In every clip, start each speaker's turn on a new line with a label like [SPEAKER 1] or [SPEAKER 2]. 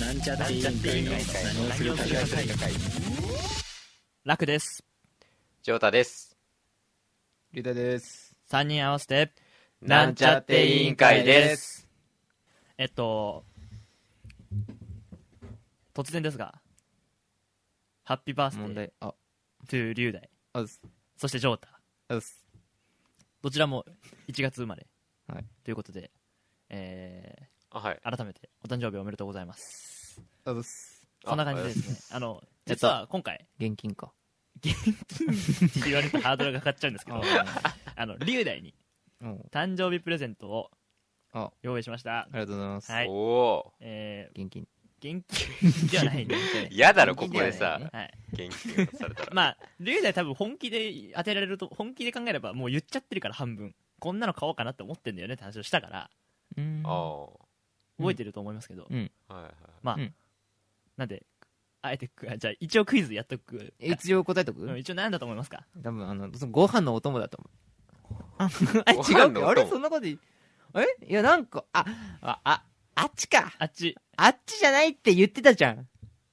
[SPEAKER 1] なんちゃって委員会の何をするか会
[SPEAKER 2] 楽です。
[SPEAKER 3] ジョータです。
[SPEAKER 4] リュウタです。
[SPEAKER 2] 3人合わせて、
[SPEAKER 3] なんちゃって委員会です。
[SPEAKER 2] えっと、突然ですが、ハッピーバース
[SPEAKER 4] 問
[SPEAKER 2] デー
[SPEAKER 4] 題、あ、
[SPEAKER 2] トゥー龍大、
[SPEAKER 4] あず、
[SPEAKER 2] そしてジョータ、
[SPEAKER 4] あず。
[SPEAKER 2] どちらも1月生まれ、
[SPEAKER 4] はい
[SPEAKER 2] ということで、え
[SPEAKER 3] あ、はい。
[SPEAKER 2] ー改めてお誕生日おめでとうございます。
[SPEAKER 4] あずっす。
[SPEAKER 3] あ
[SPEAKER 2] そんな感じでですね、あの、
[SPEAKER 4] や
[SPEAKER 2] 実
[SPEAKER 4] った
[SPEAKER 2] は今回、
[SPEAKER 4] 現金か。
[SPEAKER 2] って言われてハードルがかかっちゃうんですけど、あの、龍大に
[SPEAKER 4] うん。
[SPEAKER 2] 誕生日プレゼントを
[SPEAKER 4] あ、
[SPEAKER 2] 用意しました
[SPEAKER 4] あ。りがとうございます。
[SPEAKER 2] はい
[SPEAKER 3] おお
[SPEAKER 2] えー、
[SPEAKER 4] 現金。
[SPEAKER 2] 現金ではないね。
[SPEAKER 3] ー。嫌だろ、ここでさ、
[SPEAKER 2] はい、
[SPEAKER 3] 元気にさ れたら。
[SPEAKER 2] まあ龍大多分本気で当てられると本気で考えればもう言っちゃってるから半分こんなの買おうかなって思ってんだよねって話をしたから
[SPEAKER 4] うん
[SPEAKER 3] あー
[SPEAKER 2] 覚えてると思いますけど、
[SPEAKER 4] うん
[SPEAKER 3] はいはい。
[SPEAKER 2] まあ、
[SPEAKER 4] うん
[SPEAKER 2] なんであえてくあじゃあ一応クイズやっとく
[SPEAKER 4] え一応答えと
[SPEAKER 2] うん
[SPEAKER 4] く
[SPEAKER 2] 一応何だと思いますか
[SPEAKER 4] 多分、あの、そのご飯のお供だと思う。 あ、
[SPEAKER 3] ご
[SPEAKER 4] 違
[SPEAKER 3] 飯
[SPEAKER 4] う
[SPEAKER 3] のお供
[SPEAKER 4] かあれそんなこといいえいや、なんか、あ、あ、あ、あっちか。
[SPEAKER 2] あっち
[SPEAKER 4] あっちじゃないって言ってたじゃん。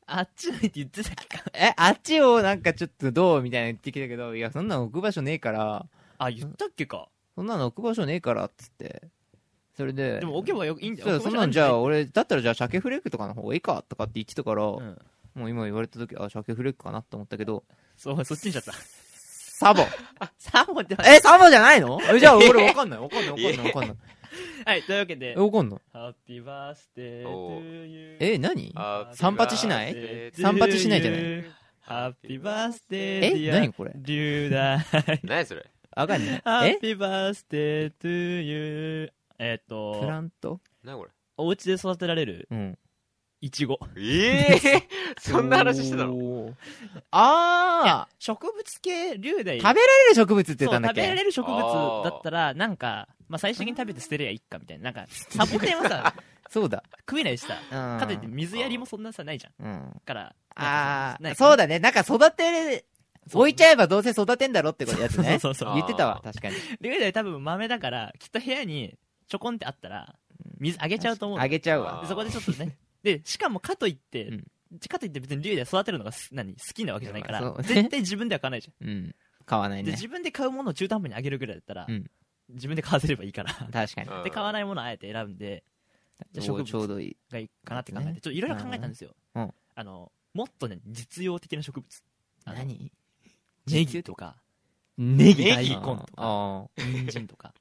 [SPEAKER 2] あっちないって言ってたっけか
[SPEAKER 4] え、あっちをなんかちょっとどうみたいな言ってきたけど、いや、そんなの置く場所ねえから、
[SPEAKER 2] あ言ったっけか
[SPEAKER 4] そんなの置く場所ねえから、っつって。それで。
[SPEAKER 2] でも置けばよいいんだ
[SPEAKER 4] そう
[SPEAKER 2] よ
[SPEAKER 4] そんなんじゃあ俺だったらじゃあ鮭フレークとかの方がいいかとかって言ってたから、
[SPEAKER 2] うん、
[SPEAKER 4] もう今言われた時あ鮭フレークかなと思ったけど
[SPEAKER 2] そうそっちにしちゃった
[SPEAKER 4] サボ
[SPEAKER 2] サボって
[SPEAKER 4] えサボじゃな いのえじゃあ俺わかんないわかんないわかんないわかんない
[SPEAKER 2] はいというわけで
[SPEAKER 4] えわか んない
[SPEAKER 2] ハッピーバースデー
[SPEAKER 3] おう
[SPEAKER 2] to you
[SPEAKER 4] え何
[SPEAKER 3] あー
[SPEAKER 4] 散髪しない
[SPEAKER 3] えー
[SPEAKER 4] 散髪しないじゃない
[SPEAKER 2] ハッピーバースデー
[SPEAKER 4] え何これ
[SPEAKER 2] 龍大
[SPEAKER 3] 何それ
[SPEAKER 4] わかんない
[SPEAKER 2] ハッ
[SPEAKER 4] え
[SPEAKER 2] ピーバースデー to you えーっ
[SPEAKER 4] プラ
[SPEAKER 2] と
[SPEAKER 4] ント
[SPEAKER 3] 何これ
[SPEAKER 2] お家で育てられる
[SPEAKER 4] うん
[SPEAKER 2] イチゴ
[SPEAKER 3] ええーそんな話してたの
[SPEAKER 4] おーああ
[SPEAKER 2] 植物系龍大
[SPEAKER 4] 食べられる植物って
[SPEAKER 2] そ
[SPEAKER 4] 言
[SPEAKER 2] う
[SPEAKER 4] ったんだっ
[SPEAKER 2] 食べら
[SPEAKER 4] け
[SPEAKER 2] れる植物だったらなんかまあ最終的に食べて捨てりゃいいかみたいななんかサボテンは さ
[SPEAKER 4] そうだ
[SPEAKER 2] 食えないしさ
[SPEAKER 4] うん
[SPEAKER 2] かといって水やりもそんなさないじゃん
[SPEAKER 4] うん
[SPEAKER 2] から
[SPEAKER 4] あ
[SPEAKER 2] なんか
[SPEAKER 4] あそうだねなんか育て
[SPEAKER 2] そう
[SPEAKER 4] 置いちゃえばどうせ育てんだろってことやつね
[SPEAKER 2] そうそうそう
[SPEAKER 4] 言ってたわ確かに
[SPEAKER 2] 龍大多分豆だからきっと部屋にちょこんってあったら水あげちゃうと思うの
[SPEAKER 4] あげちゃうわ
[SPEAKER 3] あー
[SPEAKER 2] そこでちょっとね。で、しかもかといって、
[SPEAKER 4] うん
[SPEAKER 2] かといって別に竜で育てるのがす何好きなわけじゃないか
[SPEAKER 4] いや
[SPEAKER 2] ら
[SPEAKER 4] ま、あそうね
[SPEAKER 2] 絶対自分では買わないじゃ。
[SPEAKER 4] うん買わなんい
[SPEAKER 2] で、
[SPEAKER 4] ね
[SPEAKER 2] 自分で買うものを中途半端にあげるぐらいだったら、
[SPEAKER 4] うん
[SPEAKER 2] 自分で買わせればいいから。
[SPEAKER 4] 確かに
[SPEAKER 3] うん
[SPEAKER 2] で、買わないものをあえて選んで、じゃあ植
[SPEAKER 4] おちょう
[SPEAKER 2] 物
[SPEAKER 4] どいい
[SPEAKER 2] がいいかなって考えて、
[SPEAKER 4] ね
[SPEAKER 2] ちょっといろいろ考えたんですよ。
[SPEAKER 4] うんうん
[SPEAKER 2] あの、もっとね、実用的な植物。あの
[SPEAKER 4] 何
[SPEAKER 2] ネギとか、
[SPEAKER 4] ネ
[SPEAKER 3] ギネ
[SPEAKER 2] 大
[SPEAKER 3] ギ
[SPEAKER 2] 根とか
[SPEAKER 4] ああ
[SPEAKER 2] 人参と か、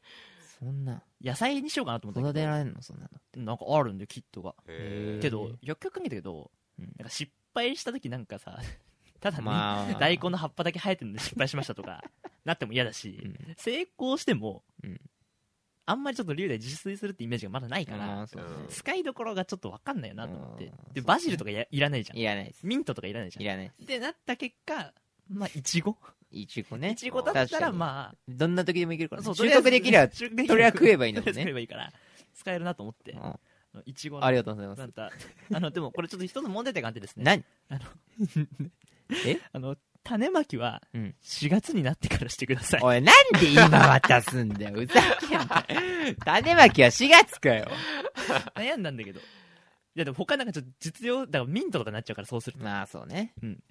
[SPEAKER 4] そんな
[SPEAKER 2] 野菜にしようかなと思った
[SPEAKER 4] 育
[SPEAKER 2] け
[SPEAKER 4] て
[SPEAKER 2] ど
[SPEAKER 4] られんのそんなの、
[SPEAKER 2] なんかあるんで、キットが。
[SPEAKER 3] えー
[SPEAKER 2] けど、よくよく考えたけど、
[SPEAKER 4] うん
[SPEAKER 2] なんか失敗した時なんかさ、 ただね、
[SPEAKER 4] まあ
[SPEAKER 2] 大根の葉っぱだけ生えてるんで失 敗しましたとかなっても嫌だし、
[SPEAKER 4] うん
[SPEAKER 2] 成功しても、
[SPEAKER 4] うん
[SPEAKER 2] あんまりちょっと龍大自炊するってイメージがまだないから、
[SPEAKER 4] まあそうね
[SPEAKER 3] うん
[SPEAKER 2] 使いどころがちょっと分かんないよなと思って、
[SPEAKER 4] うんそう
[SPEAKER 2] で
[SPEAKER 4] ね
[SPEAKER 2] バジルとかやいらないじゃん
[SPEAKER 4] いらないです
[SPEAKER 2] ミントとかいらないじゃ
[SPEAKER 4] い
[SPEAKER 2] んっ
[SPEAKER 4] らない
[SPEAKER 2] てなった結果まあいちご
[SPEAKER 4] いちご
[SPEAKER 2] い
[SPEAKER 4] ね
[SPEAKER 2] ちごだった
[SPEAKER 4] 確からに
[SPEAKER 2] ま
[SPEAKER 4] どんな時でもいけるか
[SPEAKER 2] あ
[SPEAKER 4] ら
[SPEAKER 2] そう
[SPEAKER 4] 収穫できりゃ
[SPEAKER 2] 収穫でき
[SPEAKER 4] とりあえず食えばいいんだもんね
[SPEAKER 2] とりあえず食えばいいから使えるなと思ってあ
[SPEAKER 4] うん
[SPEAKER 2] のいちごの
[SPEAKER 4] ありがとうございま
[SPEAKER 2] な
[SPEAKER 4] す
[SPEAKER 2] んかあのでもこれちょっと一つ問題点があってですね
[SPEAKER 4] 何
[SPEAKER 2] あの種まきは
[SPEAKER 4] うん
[SPEAKER 2] 4月になってからしてください、
[SPEAKER 4] おいなんで今渡すんだ ようざけんな種まきは4月かよ
[SPEAKER 2] 悩んだんだけどいやでも他なんかちょっと実用だからミントとかになっちゃうからそうすると
[SPEAKER 4] まあそうね
[SPEAKER 2] うん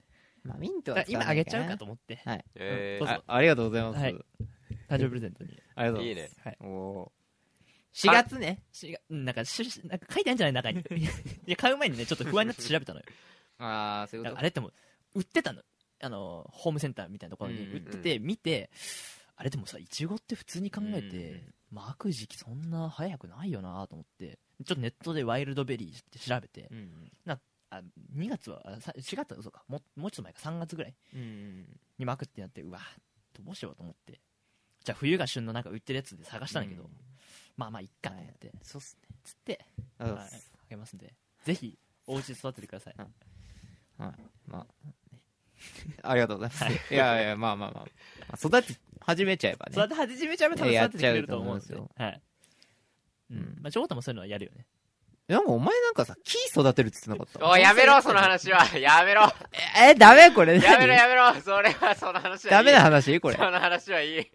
[SPEAKER 4] まあミント
[SPEAKER 2] だか
[SPEAKER 4] は
[SPEAKER 2] ら今あげちゃうかと思って
[SPEAKER 3] え
[SPEAKER 2] どうぞ
[SPEAKER 3] ー
[SPEAKER 4] あありがとうございます、
[SPEAKER 2] はい誕生日プレゼントに
[SPEAKER 4] ありがとうございます
[SPEAKER 3] いいね。
[SPEAKER 2] はい
[SPEAKER 4] おお4月ね
[SPEAKER 2] しがうんなんかししなんか書いてあるんじゃない中に いや買う前にねちょっと不安になって調べたのよ
[SPEAKER 4] ああそうい
[SPEAKER 2] だ
[SPEAKER 4] う
[SPEAKER 2] から
[SPEAKER 4] こと
[SPEAKER 2] あれっても売ってたのあのホームセンターみたいなところに売ってて見てあれでもさいちごって普通に考え
[SPEAKER 4] うん
[SPEAKER 2] て巻く時期そんな早くないよなと思ってちょっとネットでワイルドベリーって調べて
[SPEAKER 4] うん
[SPEAKER 2] あ2月はあさ4月はそうかももうちょっと前か3月ぐらい
[SPEAKER 4] うん
[SPEAKER 2] に巻くってなってうわどうしようと思ってじゃあ冬が旬のなんか売ってるやつで探したんだけど、
[SPEAKER 4] うん
[SPEAKER 2] まあまあいっかってなって、
[SPEAKER 4] そうっすね
[SPEAKER 2] つって、
[SPEAKER 4] あ
[SPEAKER 2] はいあげますんでぜひお家で育ててください
[SPEAKER 4] りがとうございます、い、やいやまあまあまあ育て始めちゃえばね
[SPEAKER 2] 育て始めちゃえば多分
[SPEAKER 4] いや
[SPEAKER 2] 育ててくれると思うんです
[SPEAKER 4] や
[SPEAKER 2] よ
[SPEAKER 4] っ
[SPEAKER 2] はいうん
[SPEAKER 4] うん
[SPEAKER 2] まあ、ジョータもそういうのはやるよね
[SPEAKER 4] なんかお前なんかさ木育てるって言ってなかった
[SPEAKER 3] おいやめろ、その話は。やめろ。
[SPEAKER 4] えダメこれ
[SPEAKER 3] やめろ、や
[SPEAKER 4] 何
[SPEAKER 3] めろ。それは、その話はいい。
[SPEAKER 4] ダメな話これ
[SPEAKER 3] その話はいい。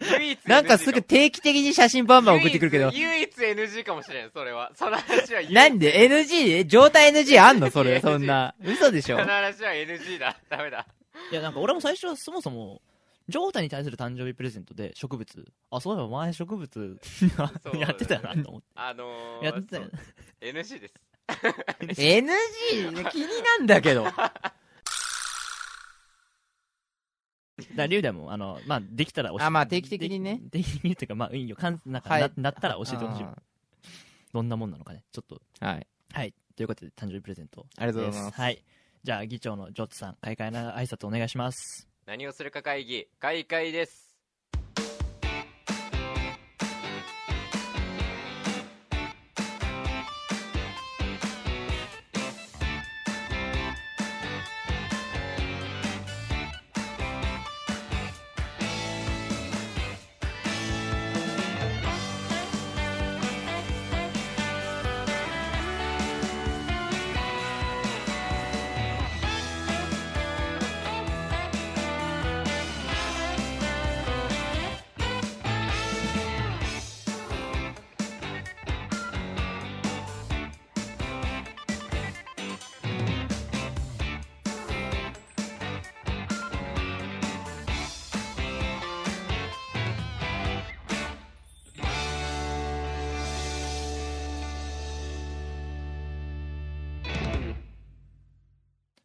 [SPEAKER 3] 唯一 NG
[SPEAKER 4] なんかすぐ定期的に写真バンバン送ってくるけど、
[SPEAKER 3] 唯一唯一 NG かもしれん、それは。その話は唯一
[SPEAKER 4] なんで ?NG? 状態 NG あんのそれ、
[SPEAKER 3] NG
[SPEAKER 4] そんな。嘘でし
[SPEAKER 3] そ
[SPEAKER 4] ょ
[SPEAKER 3] の話は NG だ。ダメだ。
[SPEAKER 2] いやなんか俺も最初そもそもジョータに対する誕生日プレゼントで植物あそういえば前植物
[SPEAKER 3] そう
[SPEAKER 2] やってたよなと思っ
[SPEAKER 3] あのー、
[SPEAKER 2] てやってたよ
[SPEAKER 3] そう NG です。
[SPEAKER 4] ?NG? 気になんだけど。
[SPEAKER 2] だリュウダイもあのまあできたら教え
[SPEAKER 4] あまあ定期的にね
[SPEAKER 2] で定期的にっていうかまあいいよかんなんか、
[SPEAKER 4] はい
[SPEAKER 2] ななったら教えてほしい
[SPEAKER 4] あ
[SPEAKER 2] どんなもんなのかねちょっと
[SPEAKER 4] ーはい。
[SPEAKER 2] はいということで誕生日プレゼント
[SPEAKER 4] ありがとう
[SPEAKER 2] で
[SPEAKER 4] ございます
[SPEAKER 2] すはいじゃあ議長のジョッツさん開会の挨拶お願いします
[SPEAKER 3] 何をするか会議、開会です。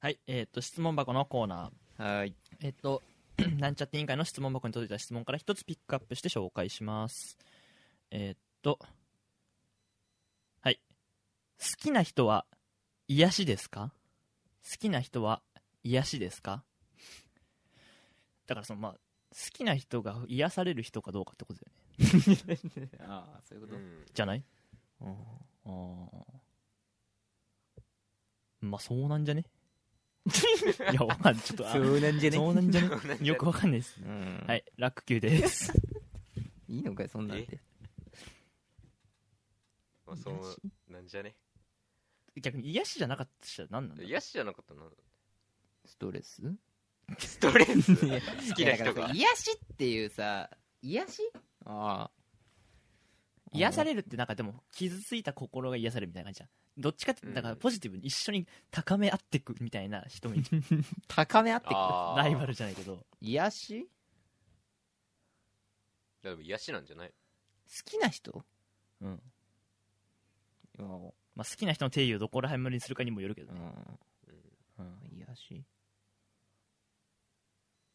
[SPEAKER 2] はいえっ、と質問箱のコーナー
[SPEAKER 4] はい。
[SPEAKER 2] えっと、 なんちゃって委員会の質問箱に届いた質問から一つピックアップして紹介します。えっと、はい。好きな人は癒しですか好きな人は癒しですかだからそのまあ、好きな人が癒される人かどうかってことだよね。
[SPEAKER 4] ああ、そういう
[SPEAKER 3] う
[SPEAKER 4] こ
[SPEAKER 3] ん
[SPEAKER 2] じゃない
[SPEAKER 4] と。うん
[SPEAKER 2] あーまあそうなんじゃね いや、わかんない。ちょっと、あ
[SPEAKER 4] そうなんじゃね
[SPEAKER 2] そうなんじゃね
[SPEAKER 3] そうなんじゃね
[SPEAKER 2] よくわかんないです。
[SPEAKER 4] うん
[SPEAKER 2] はい、ラック級です。
[SPEAKER 4] いいのかよ、そんなんて。
[SPEAKER 3] まあそう、なんじゃね。
[SPEAKER 2] 逆に癒しじゃなかったとしたら何なんだ
[SPEAKER 3] 癒しじゃなかったな。
[SPEAKER 4] ストレス
[SPEAKER 3] ストレス。
[SPEAKER 4] いや
[SPEAKER 3] 好きな人が。
[SPEAKER 4] 癒しっていうさ、癒しああ。
[SPEAKER 2] 癒されるってなんかでも傷ついた心が癒されるみたいな感じじゃんどっちかって
[SPEAKER 3] うん
[SPEAKER 2] だからポジティブに一緒に高め合っていくみたいな人もい る
[SPEAKER 4] 高め合ってくる。
[SPEAKER 3] あー
[SPEAKER 2] ライバルじゃないけど好
[SPEAKER 4] 癒し
[SPEAKER 3] いやでも癒しなんじゃない
[SPEAKER 4] 好きな人
[SPEAKER 2] うん。
[SPEAKER 4] あー
[SPEAKER 2] まあ好きな人の定義をどこら辺までにするかにもよるけど
[SPEAKER 4] う
[SPEAKER 2] ね、
[SPEAKER 4] ん。
[SPEAKER 2] うん
[SPEAKER 4] 癒し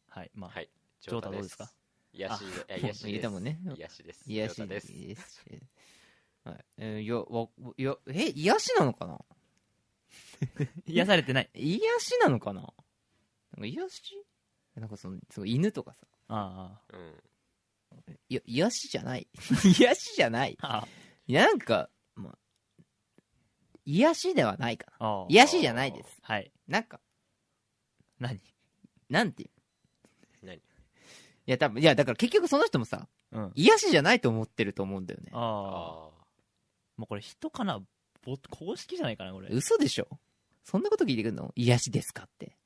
[SPEAKER 2] はいまあ、
[SPEAKER 3] はい。
[SPEAKER 2] ジョータどうですか
[SPEAKER 3] 癒し、いや癒しです。
[SPEAKER 4] 入れたもんね
[SPEAKER 3] 癒しです。
[SPEAKER 4] 癒
[SPEAKER 3] ジョ
[SPEAKER 4] し
[SPEAKER 3] ータ
[SPEAKER 4] で
[SPEAKER 3] ですす。。
[SPEAKER 4] はい。えー、いや、わ、いや、え、癒しなのかな
[SPEAKER 2] 癒されて ない
[SPEAKER 4] 癒しなのかななんか癒しなんかその、その犬とかさ。
[SPEAKER 2] あ
[SPEAKER 3] うん。
[SPEAKER 4] いや、癒しじゃない。 癒しじゃない。
[SPEAKER 2] ああ
[SPEAKER 4] いや、なんか、まあ、癒しではないか
[SPEAKER 2] ああ
[SPEAKER 4] な。癒しじゃないです。
[SPEAKER 2] はい
[SPEAKER 4] なんか、
[SPEAKER 2] 何
[SPEAKER 4] なんていう。
[SPEAKER 3] 何
[SPEAKER 4] いや、多分、いや、だから結局その人もさ、
[SPEAKER 2] うん
[SPEAKER 4] 癒しじゃないと思ってると思うんだよね
[SPEAKER 2] あ。あ
[SPEAKER 3] あ
[SPEAKER 2] もうこれ人かなぼ公式じゃないかなこれ
[SPEAKER 4] 嘘でしょそんなこと聞いてくんの癒しですかって。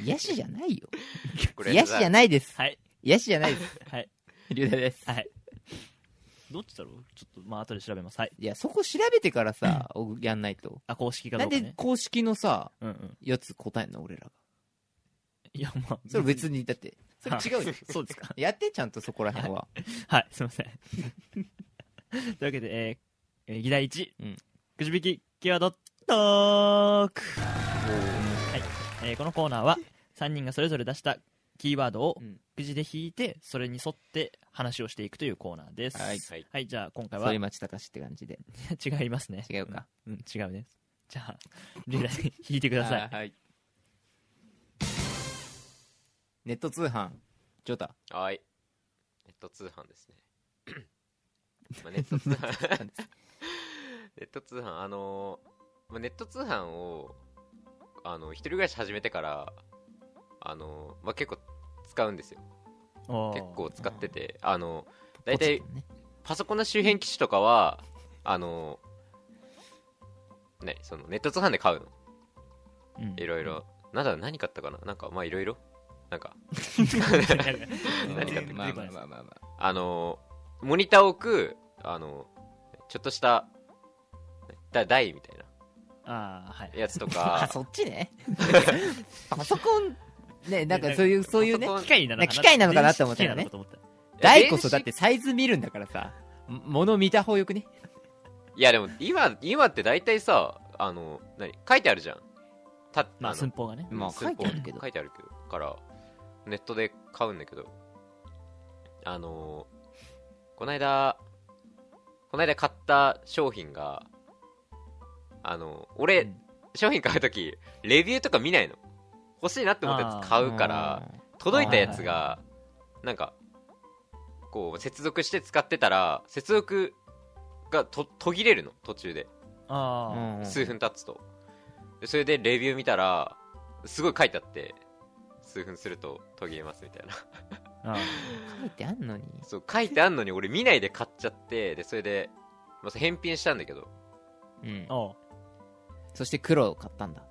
[SPEAKER 4] 癒しじゃないよ。
[SPEAKER 3] ーこれ
[SPEAKER 4] 癒しじゃないです。
[SPEAKER 2] はい
[SPEAKER 4] 癒しじゃないです。
[SPEAKER 2] はい
[SPEAKER 4] 龍大です。
[SPEAKER 2] はいどっちだろうちょっとまあ後で調べますはい
[SPEAKER 4] いや、そこ調べてからさ、やんないと。
[SPEAKER 2] あ公式か
[SPEAKER 4] な
[SPEAKER 2] ど
[SPEAKER 4] ん
[SPEAKER 2] うか
[SPEAKER 4] で
[SPEAKER 2] ね
[SPEAKER 4] 公式のさ、
[SPEAKER 2] うんうん
[SPEAKER 4] やつ答えんの俺らが。
[SPEAKER 2] いやまあ
[SPEAKER 4] それ別に、だって、それ違うよ。
[SPEAKER 2] そうですか
[SPEAKER 4] やって、ちゃんとそこら辺は。
[SPEAKER 2] はい、すいません。 というわけで、えーえー議題1、
[SPEAKER 4] うん
[SPEAKER 2] くじ引きキーワードトーク、はいえーこのコーナーは3人がそれぞれ出したキーワードを
[SPEAKER 4] うん
[SPEAKER 2] くじで引いてそれに沿って話をしていくというコーナーです
[SPEAKER 4] はい
[SPEAKER 3] はい
[SPEAKER 2] じゃあ今回
[SPEAKER 4] そう
[SPEAKER 2] は
[SPEAKER 4] いう町高しって感じで。
[SPEAKER 2] 違いますね
[SPEAKER 4] 違うか。
[SPEAKER 2] うん違うねじゃあ リュウダイ引いてください
[SPEAKER 4] あーはい。ネット通販、ジョータ。
[SPEAKER 3] あ。はい。ネット通販ですね。 まあネット通販。ネット通販、あのーまあ、ネット通販を、あの、一人暮らし始めてから、あのーまあ、結構使うんですよ。
[SPEAKER 2] おー
[SPEAKER 3] 結構使ってて、あの、大体
[SPEAKER 4] ポチッとね
[SPEAKER 3] パソコンの周辺機種とかは、あのー、ね、そのネット通販で買うの。
[SPEAKER 2] うん
[SPEAKER 3] いろいろ。なんだ、何買ったかななんか、まあ、いろいろ。なんか
[SPEAKER 2] 何
[SPEAKER 3] 何が出て
[SPEAKER 4] まあ
[SPEAKER 2] こな
[SPEAKER 4] まあ
[SPEAKER 2] い
[SPEAKER 4] まあまあまあ
[SPEAKER 3] あのモニターを置くあのちょっとしただ台みたい
[SPEAKER 2] ああはい
[SPEAKER 3] なやつと
[SPEAKER 4] あ
[SPEAKER 3] か
[SPEAKER 4] そっちねパソコンねなんかそういうそういうね
[SPEAKER 3] パソコン
[SPEAKER 2] 機 械なのかな
[SPEAKER 4] 機械なのかなって思ったよね
[SPEAKER 2] 電子機械なのかと思った
[SPEAKER 4] 台こそだっ
[SPEAKER 3] 電
[SPEAKER 4] てサイズ見るんだからさ物見た方よくね
[SPEAKER 3] 子いやでも今今って大体さあの何書いてあるじゃんた
[SPEAKER 2] まあ
[SPEAKER 3] の
[SPEAKER 2] 寸法がね
[SPEAKER 4] まあ
[SPEAKER 3] 寸法
[SPEAKER 4] 書いてあるけど
[SPEAKER 3] 書いてあるけどからネットで買うんだけどあのー、この間この間買った商品があの俺、
[SPEAKER 4] うん
[SPEAKER 3] 商品買うときレビューとか見ないの欲しいなって思ったやつ買うから届いたやつがなんかこう接続して使ってたら接続がと途切れるの途中で
[SPEAKER 4] う
[SPEAKER 2] あ
[SPEAKER 4] んうん
[SPEAKER 3] 数分経つとでそれでレビュー見たらすごい書いてあって数分すると途切れますみたいな
[SPEAKER 2] あああ
[SPEAKER 4] 書いてあんのに
[SPEAKER 3] そう書いてあんのに俺見ないで買っちゃってでそれで、まあ、返品したんだけど
[SPEAKER 4] うん
[SPEAKER 2] おう
[SPEAKER 4] そして黒を買ったんだ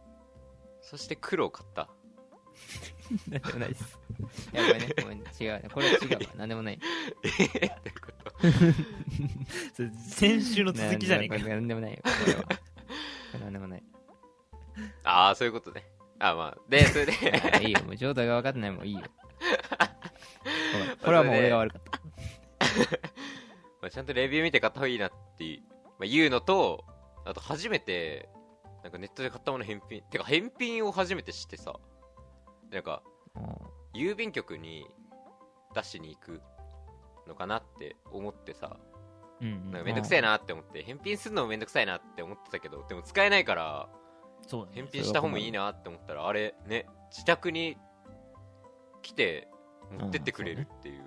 [SPEAKER 3] そして黒を買った
[SPEAKER 4] なんでもないですや ばいねごめん違うねこれは違うわなんでもない
[SPEAKER 3] えへへってこと
[SPEAKER 2] それ先週の続きじゃねえか
[SPEAKER 4] なんでもなんでもないよこれはなんでもない
[SPEAKER 3] ああそういうことねああまあでそれで
[SPEAKER 4] あいいよもう状態が分かってないもんいいよごめんこれはもう俺が悪かった
[SPEAKER 3] まあちゃんとレビュー見て買った方がいいなっていう,、まあ、言うのとあと初めてなんかネットで買ったもの返品てか返品を初めてしてさなんか郵便局に出しに行くのかなって思ってさ
[SPEAKER 2] うんう
[SPEAKER 3] なん
[SPEAKER 2] ん
[SPEAKER 3] かめんどくせえなって思って返品するのもめんどくさいなって思ってたけどでも使えないから
[SPEAKER 2] そうだね
[SPEAKER 3] 返品した方もいいなって思ったらあれね自宅に来て持ってってくれるっていう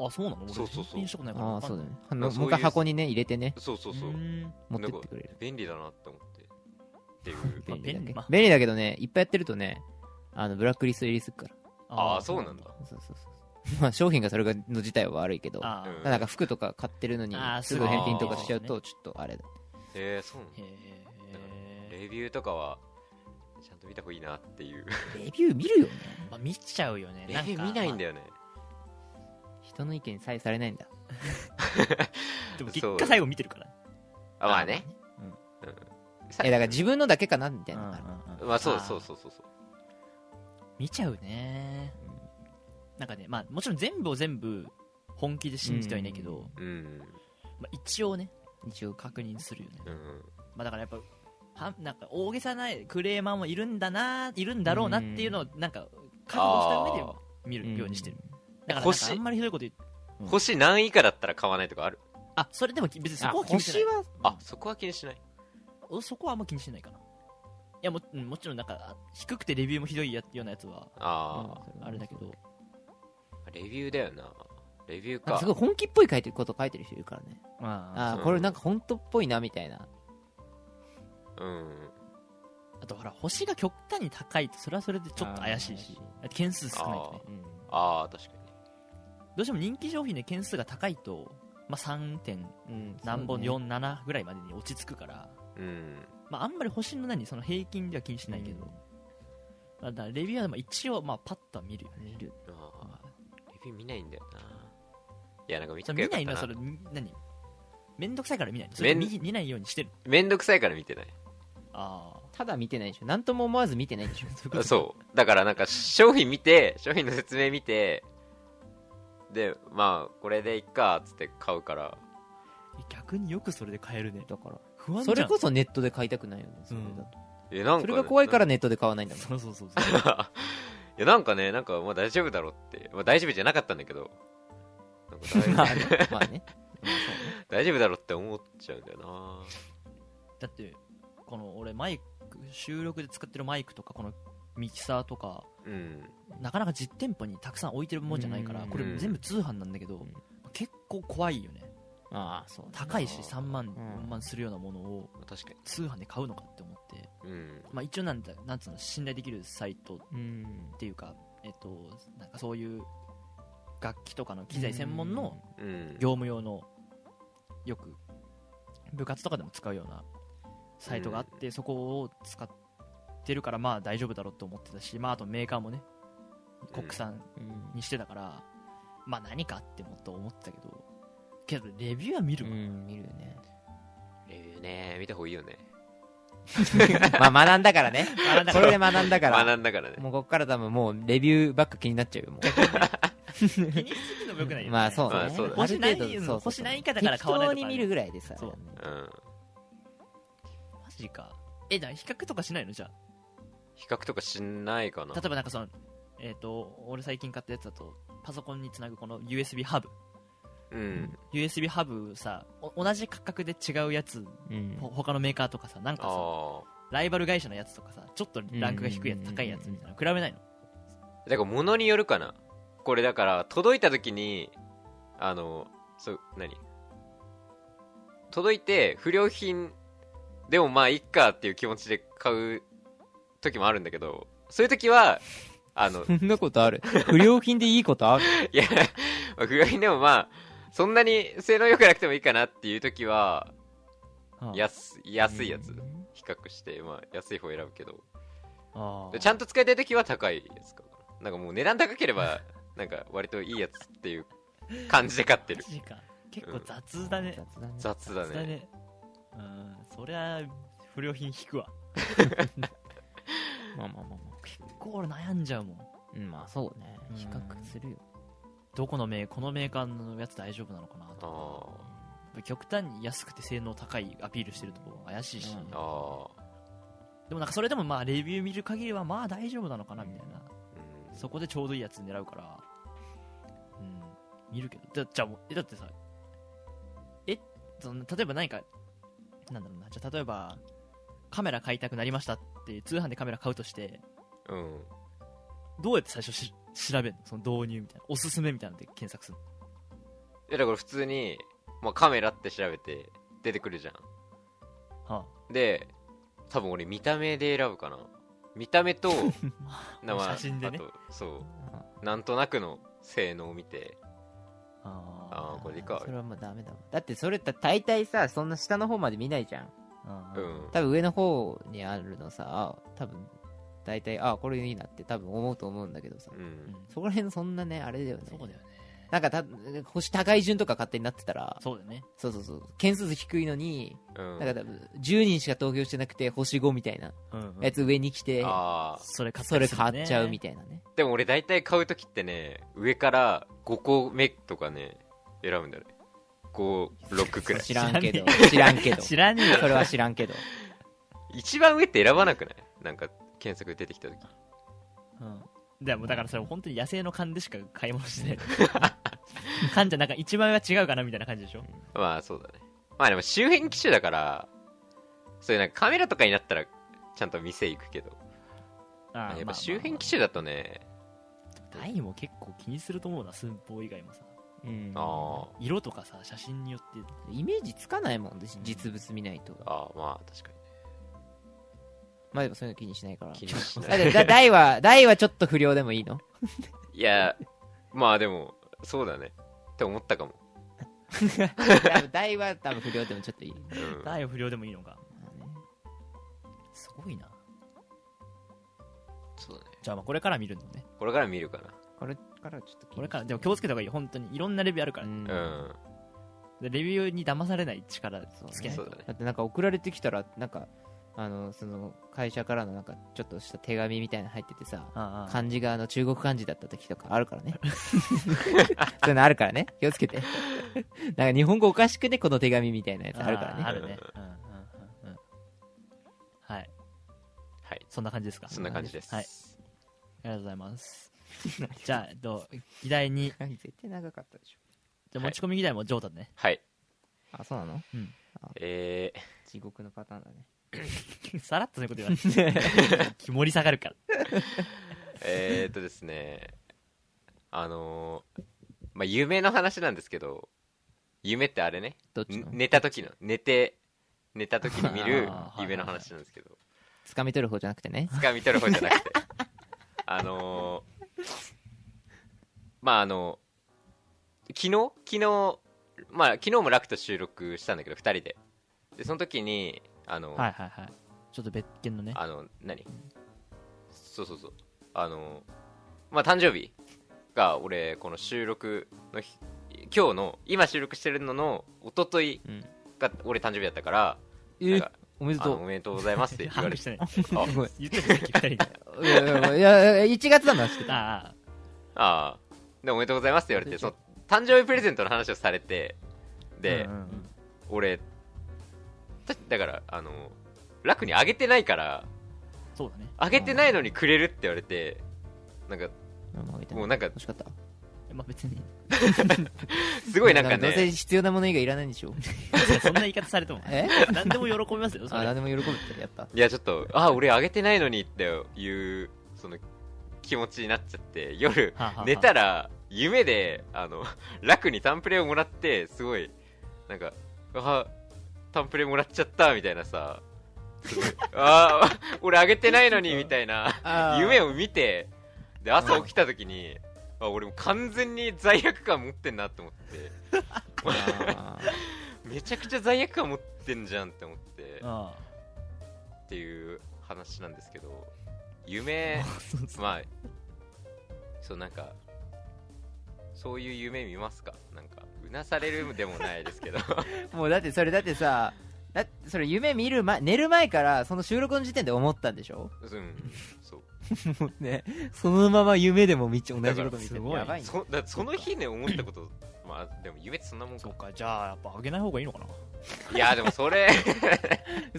[SPEAKER 2] あそうなの俺
[SPEAKER 3] そうそうそう
[SPEAKER 2] 返品したことないから
[SPEAKER 4] あ
[SPEAKER 2] わ
[SPEAKER 4] あ
[SPEAKER 2] か
[SPEAKER 4] そ
[SPEAKER 2] ん
[SPEAKER 4] う
[SPEAKER 2] な
[SPEAKER 4] だ
[SPEAKER 2] い
[SPEAKER 4] ねあの
[SPEAKER 3] あそうい
[SPEAKER 4] も
[SPEAKER 3] う
[SPEAKER 4] う一回箱にね入れてね
[SPEAKER 3] そうそうそう
[SPEAKER 2] ーん
[SPEAKER 4] 持ってってくれる
[SPEAKER 3] 便利だなって思ってっていう
[SPEAKER 2] まあ
[SPEAKER 4] 便利だけ
[SPEAKER 2] まあ
[SPEAKER 4] 便利だけどねいっぱいやってるとねあのブラックリスト入りするから
[SPEAKER 3] ああそうなんだ
[SPEAKER 4] そうそうそうまあ商品がそれがの自体は悪いけど
[SPEAKER 2] ああ
[SPEAKER 3] うん
[SPEAKER 4] なんか服とか買ってるのに
[SPEAKER 2] あー
[SPEAKER 4] すぐ返品とかしちゃうとちょっとあれだ
[SPEAKER 3] えー、そうなの
[SPEAKER 2] へえ
[SPEAKER 3] レビューとかはちゃんと見た方がいいなっていう
[SPEAKER 4] レビュー見るよね
[SPEAKER 2] まあ見ちゃうよね
[SPEAKER 3] レ
[SPEAKER 2] なんか
[SPEAKER 3] ビュー 見ないんだよね
[SPEAKER 4] 人の意見に左右されないんだ
[SPEAKER 2] まあでも結果最後見てるから
[SPEAKER 3] あまあね
[SPEAKER 4] うん
[SPEAKER 3] さ
[SPEAKER 4] えだから自分のだけかなみたいなのがある
[SPEAKER 2] うんうんうん
[SPEAKER 3] まあそうそうそうそうそう
[SPEAKER 2] 見ちゃうねなんかねまあもちろん全部を全部本気で信じてはいないけど、
[SPEAKER 3] うん
[SPEAKER 2] まあ、一応ね
[SPEAKER 4] 一応
[SPEAKER 2] 確認するよね、
[SPEAKER 3] うん
[SPEAKER 2] まあ、だからやっぱはなんか大げさないクレーマーもいるんだないるんだろうなっていうのをなんか覚悟した上で見るようにしてるだからなんか
[SPEAKER 3] 星
[SPEAKER 2] あんまりひどいこと言う
[SPEAKER 3] 星何以下だったら買わないとかある
[SPEAKER 2] あそれでも別にそ
[SPEAKER 4] あ
[SPEAKER 2] こは気にして
[SPEAKER 4] 星
[SPEAKER 2] ない
[SPEAKER 4] は
[SPEAKER 3] あそこは気にしない
[SPEAKER 2] 俺そこはあんま気にしてないかないやもうんもちろんなんかあ低くてレビューもひどいやようなやつは
[SPEAKER 3] あ
[SPEAKER 2] あれだけど
[SPEAKER 3] あレビューだよなレビュー
[SPEAKER 4] なん
[SPEAKER 3] か
[SPEAKER 4] かすごい本気っぽい書いてること書いてる人いるからね
[SPEAKER 2] まあ
[SPEAKER 4] あ
[SPEAKER 3] そ
[SPEAKER 4] あ
[SPEAKER 3] う
[SPEAKER 4] これなんか本当っぽいなみたいな
[SPEAKER 3] うん
[SPEAKER 2] あとほら星が極端に高いとそれはそれでちょっと怪しいし件数少ないとね
[SPEAKER 4] うん
[SPEAKER 3] ああ確かに
[SPEAKER 2] どうしても人気商品で件数が高いと、まあ、3点
[SPEAKER 4] うん
[SPEAKER 2] 何本
[SPEAKER 4] そうね
[SPEAKER 2] 47ぐらいまでに落ち着くから、
[SPEAKER 3] うん
[SPEAKER 2] まあ、あんまり星の何その平均では気にしないけど、まあだからレビューはでも一応まあパッとは見るよね
[SPEAKER 4] 見る
[SPEAKER 3] ああレビュー見ないんだよないやなんか見
[SPEAKER 2] そ
[SPEAKER 3] と
[SPEAKER 2] れ
[SPEAKER 3] け
[SPEAKER 2] 見
[SPEAKER 3] ば
[SPEAKER 2] ないの
[SPEAKER 3] よかっ
[SPEAKER 2] は
[SPEAKER 3] た
[SPEAKER 2] そ
[SPEAKER 3] な
[SPEAKER 2] れん何めんどくさいから見ないのそれ
[SPEAKER 3] めん
[SPEAKER 2] 見見ないようにしてる
[SPEAKER 3] めんどくさいから見てない
[SPEAKER 2] ああ
[SPEAKER 4] ただ見てないでしょ何とも思わず見てないでしょ
[SPEAKER 3] あ そうだからなんか商品見て商品の説明見てでまあこれでいっかっつって買うから
[SPEAKER 2] 逆によくそれで買えるね
[SPEAKER 4] だから
[SPEAKER 2] 不安じゃ
[SPEAKER 4] そ
[SPEAKER 2] ん
[SPEAKER 4] れこそネットで買いたくないよねそれだと
[SPEAKER 3] えなんか
[SPEAKER 4] それが怖いから
[SPEAKER 3] ね
[SPEAKER 4] ネットで買わないんだもん
[SPEAKER 2] そうそうそうそう
[SPEAKER 3] いやなんかねなんかまあ大丈夫だろうって、まあ、大丈夫じゃなかったんだけどなん
[SPEAKER 4] ま
[SPEAKER 3] か
[SPEAKER 4] あねまあねまあそうね
[SPEAKER 3] 大大丈夫だろうって思っちゃうんだよな
[SPEAKER 2] だってこの俺マイク収録で使ってるマイクとかこのミキサーとか
[SPEAKER 3] うん
[SPEAKER 2] なかなか実店舗にたくさん置いてるもんじゃないから
[SPEAKER 4] うん
[SPEAKER 2] これ全部通販なんだけど、
[SPEAKER 4] ん
[SPEAKER 2] 結構怖いよね
[SPEAKER 4] ああそうね
[SPEAKER 2] 高いし
[SPEAKER 3] あー
[SPEAKER 2] 3万
[SPEAKER 4] ん
[SPEAKER 2] 4万するようなものを
[SPEAKER 3] 確か
[SPEAKER 2] 通販で買うのかって思って、
[SPEAKER 3] にうん
[SPEAKER 2] まあ、一応なんだなんつうの信頼できるサイトっ
[SPEAKER 4] うん
[SPEAKER 2] ていうか、えっと、なんかそういう楽器とかの機材専門の
[SPEAKER 3] うん
[SPEAKER 2] 業務用のよく部活とかでも使うようなサイトがあってそこを使ってるからまあ大丈夫だろうと思ってたし、まあ、あとメーカーもね国産
[SPEAKER 4] うん
[SPEAKER 2] にしてたから、まあ何かってもっと思ってたけどけどレビューは見るもん、
[SPEAKER 4] うん、見るよね。
[SPEAKER 3] レビューね見た方がいいよね
[SPEAKER 4] まあ、学んだからね。それで学んだから。
[SPEAKER 3] 学んだからね
[SPEAKER 4] もうこっから多分もう、レビューばっか気になっちゃうよ、もう。
[SPEAKER 2] 気にしすぎてもよくないよ、ね、
[SPEAKER 4] まあそう
[SPEAKER 3] ま
[SPEAKER 4] ね
[SPEAKER 3] あそうだね
[SPEAKER 2] 星何
[SPEAKER 4] ある程度
[SPEAKER 2] うん
[SPEAKER 4] そうそうそう
[SPEAKER 2] 星何以下だから買わないとか
[SPEAKER 4] 適
[SPEAKER 2] ね
[SPEAKER 4] 当に見るぐらいでさ
[SPEAKER 2] そう
[SPEAKER 3] うん
[SPEAKER 2] マジかえだから比較とかしないのじゃ
[SPEAKER 3] 比較とかしないかな
[SPEAKER 2] あ例えばなんかそのえっ、と俺最近買ったやつだとパソコンにつなぐこの USB ハブ
[SPEAKER 3] うん
[SPEAKER 2] USB ハブさお同じ価格で違うやつ
[SPEAKER 4] うん
[SPEAKER 2] ほ他のメーカーとかさなんかさ
[SPEAKER 3] あ
[SPEAKER 2] ライバル会社のやつとかさちょっとランクが低いや
[SPEAKER 4] うん
[SPEAKER 2] つ高いやつみたいなの比べないの
[SPEAKER 3] あだから物によるかなこれだから届いた時にあのそう何届いて不良品でもまあいっかっていう気持ちで買う時もあるんだけどそういう時はあ の
[SPEAKER 4] そんなことある不良品でいいこと ある
[SPEAKER 3] いや、まあ不良品でもまあそんなに性能良くなくてもいいかなっていう時は
[SPEAKER 2] ああ
[SPEAKER 3] 安安いやつ
[SPEAKER 4] うん
[SPEAKER 3] 比較して、まあ、安い方選ぶけど
[SPEAKER 2] ああ
[SPEAKER 3] でちゃんと使いたい時は高いやつかななんかもう値段高ければ なんか割といいやつっていう感じで買ってる
[SPEAKER 2] マジか結構雑だね、
[SPEAKER 4] 雑だね
[SPEAKER 3] 雑だ
[SPEAKER 2] 雑だ
[SPEAKER 3] ね
[SPEAKER 2] ねうんそりゃ不良品引くわ
[SPEAKER 4] まあまあまあま
[SPEAKER 2] 結構俺悩んじゃうもん
[SPEAKER 4] あうんまあそうね
[SPEAKER 2] うん
[SPEAKER 4] 比較するよ
[SPEAKER 2] どこのメーこのメーカーのやつ大丈夫なのかなと
[SPEAKER 3] あ
[SPEAKER 2] か極端に安くて性能高いアピールしてるとこ怪しいし、
[SPEAKER 4] うん
[SPEAKER 3] ーあ
[SPEAKER 2] でもなんかそれでもまあレビュー見る限りはまあ大丈夫なのかなみたいな、
[SPEAKER 3] ー
[SPEAKER 2] そこでちょうどいいやつ狙うからうん見るけどだじゃあもうえだってさえその例えば何かなんだろうなじゃあ例えばカメラ買いたくなりましたって通販でカメラ買うとして
[SPEAKER 3] うん、うん、
[SPEAKER 2] どうやって最初し調べるのその導入みたいなおすすめみたいなので検索するの
[SPEAKER 3] いやだから普通に、まあ、カメラって調べて出てくるじゃん
[SPEAKER 2] は
[SPEAKER 3] で多分俺見た目で選ぶかな見た目と
[SPEAKER 2] あ
[SPEAKER 3] なまあ
[SPEAKER 2] 写真でね
[SPEAKER 3] あとそうなんとなくの性能を見てあーこれでいいか
[SPEAKER 4] それはもうダメだわだってそれだ大体さそんな下の方まで見ないじゃん
[SPEAKER 2] あ
[SPEAKER 3] う
[SPEAKER 2] ー
[SPEAKER 3] ん
[SPEAKER 4] 多分上の方にあるのさあ多分大体あこれいいなって多分思うと思うんだけどさ
[SPEAKER 3] うん
[SPEAKER 4] そこら辺そんなねあれだよね
[SPEAKER 2] そうだよね
[SPEAKER 4] なんかた星高い順とか勝手になってたら
[SPEAKER 2] そうだよね
[SPEAKER 4] そうそうそう件数低いのに
[SPEAKER 3] うん
[SPEAKER 4] なんか多分10人しか投票してなくて星5みたいな
[SPEAKER 2] うん
[SPEAKER 4] やつ上に来て、
[SPEAKER 3] ああ
[SPEAKER 2] それ買った
[SPEAKER 4] そ
[SPEAKER 2] り
[SPEAKER 4] れ
[SPEAKER 2] するね
[SPEAKER 4] 買っちゃうみたいなね
[SPEAKER 3] でも俺大体買う時ってね上から5個目とかね選ぶんだよね56くらい
[SPEAKER 4] 知らんけど知
[SPEAKER 2] 知
[SPEAKER 4] らんけど
[SPEAKER 2] 知らねえよ
[SPEAKER 4] それは知らんけど
[SPEAKER 3] 一番上って選ばなくないなんか検索で出てきた時
[SPEAKER 2] うんでもだからそれ本当に野生の勘でしか買い物してない 勘じゃなんか一番は違うかなみたいな感じでしょ
[SPEAKER 3] まあそうだねまあでも周辺機種だからそういうなんかカメラとかになったらちゃんと店行くけど
[SPEAKER 2] あ
[SPEAKER 3] やっぱ周辺機種だとね
[SPEAKER 2] 種イも結構気にすると思うな寸法以外もさ
[SPEAKER 4] うん
[SPEAKER 3] あ
[SPEAKER 2] 色とかさ写真によって
[SPEAKER 4] イメージつかないもん私実物見ないと
[SPEAKER 3] あああまあ確か
[SPEAKER 4] まあでもそういうの気にしないから
[SPEAKER 3] に気にし
[SPEAKER 4] だ
[SPEAKER 3] な
[SPEAKER 4] っ
[SPEAKER 3] い
[SPEAKER 4] てだ台は台はちょっと不良でもいいの
[SPEAKER 3] いやまあでもそうだねって思ったかも、
[SPEAKER 4] 多分台は多分不良でもちょっといい、
[SPEAKER 3] うん、
[SPEAKER 2] 大不良でもいいのかすごいな
[SPEAKER 3] そうだね
[SPEAKER 2] じゃあまあこれから見るのね
[SPEAKER 3] これから見るか
[SPEAKER 4] これからちょっと気に
[SPEAKER 2] これからでも気をつけた方がいいよ本当にいろんなレビューあるか
[SPEAKER 4] う
[SPEAKER 2] ら、
[SPEAKER 4] ん
[SPEAKER 3] なうん
[SPEAKER 2] でレビューに騙されない力つけない
[SPEAKER 3] そ
[SPEAKER 2] と
[SPEAKER 3] うだね
[SPEAKER 4] だってなんか送られてきたらなんかあのその会社からのなんかちょっとした手紙みたいなの入っててさ
[SPEAKER 2] ああ
[SPEAKER 4] 漢字があの中国漢字だった時とかあるからねそういうのあるからね気をつけてなんか日本語おかしくねこの手紙みたいなやつあるから
[SPEAKER 2] あ
[SPEAKER 4] ね
[SPEAKER 2] るねうんうんうんうんはい
[SPEAKER 3] はい
[SPEAKER 2] そんな感じですか
[SPEAKER 3] そんな感じです、
[SPEAKER 2] はいありがとうござい ます。じゃあ、えっと、議題に、
[SPEAKER 4] 絶対長かったでしょ
[SPEAKER 2] じゃあ
[SPEAKER 3] は
[SPEAKER 2] 持
[SPEAKER 3] い
[SPEAKER 2] ち込み議題もジョータでね。
[SPEAKER 3] はい
[SPEAKER 4] あそうなの
[SPEAKER 3] え
[SPEAKER 4] 地獄のパターンだね
[SPEAKER 2] さらっとそういうこと言わ ない。気盛り下がるから。
[SPEAKER 3] ー、えー、っとですね、 あのー、まあ、夢の話なんですけど、夢ってあれね、
[SPEAKER 4] どっち
[SPEAKER 3] ん
[SPEAKER 4] の
[SPEAKER 3] 寝た時の、寝て、寝た時に見る
[SPEAKER 2] あー
[SPEAKER 3] 夢の話なんですけど、
[SPEAKER 4] 掴み取る方じゃなくてね
[SPEAKER 3] 掴み取る方じゃなくて、あのー、まあ、あの、昨日昨日、まあ、昨日もラクと収録したんだけど、二人で。で、その時に、あの、
[SPEAKER 2] はいはいはい。ちょっと別件のね。
[SPEAKER 3] あの、何そうそうそう。あの、まあ誕生日が俺この収録の日今日の今収録してるのの一昨日
[SPEAKER 4] うん
[SPEAKER 3] が俺誕生日だったから
[SPEAKER 4] え
[SPEAKER 3] なんか
[SPEAKER 4] おめで
[SPEAKER 3] あ
[SPEAKER 4] と
[SPEAKER 3] のおめでとうございますって言
[SPEAKER 2] 反応
[SPEAKER 3] われて
[SPEAKER 2] してない
[SPEAKER 3] あ
[SPEAKER 4] う。ごめん
[SPEAKER 2] 言ってた時2人で
[SPEAKER 4] いやいやいやいや1月だもん、知ってた。
[SPEAKER 2] ああ
[SPEAKER 3] ああでおめでとうございますって言われてその誕生日プレゼントの話をされてで、
[SPEAKER 2] うんうん
[SPEAKER 3] 俺ただからあの楽にあげてないから
[SPEAKER 2] そうだね
[SPEAKER 3] あげてないのにくれるって言われてなんかもうなんか
[SPEAKER 4] 欲しかった。
[SPEAKER 2] まあ別に
[SPEAKER 3] すごいなんか
[SPEAKER 4] どうせ
[SPEAKER 3] ね
[SPEAKER 4] 必要なもの以外いらないんでしょ。
[SPEAKER 2] そんな言い方されて も
[SPEAKER 4] え
[SPEAKER 2] 何でも喜びますよそ
[SPEAKER 4] あ、
[SPEAKER 2] れ
[SPEAKER 4] 何でも喜ぶって、やっぱ。
[SPEAKER 3] いやちょっとあ俺あげてないのにっていうその気持ちになっちゃって夜
[SPEAKER 2] はあはあはあ
[SPEAKER 3] 寝たら夢であの楽にタンプレをもらってすごいなんかあタンプレもらっちゃったみたいなさ すごいあー俺あげてないのにみたいな夢
[SPEAKER 4] を。
[SPEAKER 3] を見てで朝起きた時にあ俺もう完全に罪悪感持ってんなって思って
[SPEAKER 4] あー
[SPEAKER 3] めちゃくちゃ罪悪感持ってんじゃんって思ってっ
[SPEAKER 2] あ
[SPEAKER 3] ていう話なんですけ ど夢
[SPEAKER 2] あ そうそう
[SPEAKER 3] まあそうなんかそういう夢見ますかなんかうなされるでもないですけ ど
[SPEAKER 4] もうだってそれだってさ、だってそれ夢見る前、寝る前からその収録の時点で思ったんでしょ
[SPEAKER 3] うんそう
[SPEAKER 4] もうね、そのまま夢でも見ち同じ
[SPEAKER 2] だ
[SPEAKER 4] こと見て
[SPEAKER 2] からす
[SPEAKER 4] る
[SPEAKER 2] ごい
[SPEAKER 4] やばいね。
[SPEAKER 3] そだその日ね思ったことまあでも夢ってそんなもん
[SPEAKER 2] そ
[SPEAKER 3] か
[SPEAKER 2] うかじゃあやっぱあげない方がいいのかない
[SPEAKER 3] やでもそれ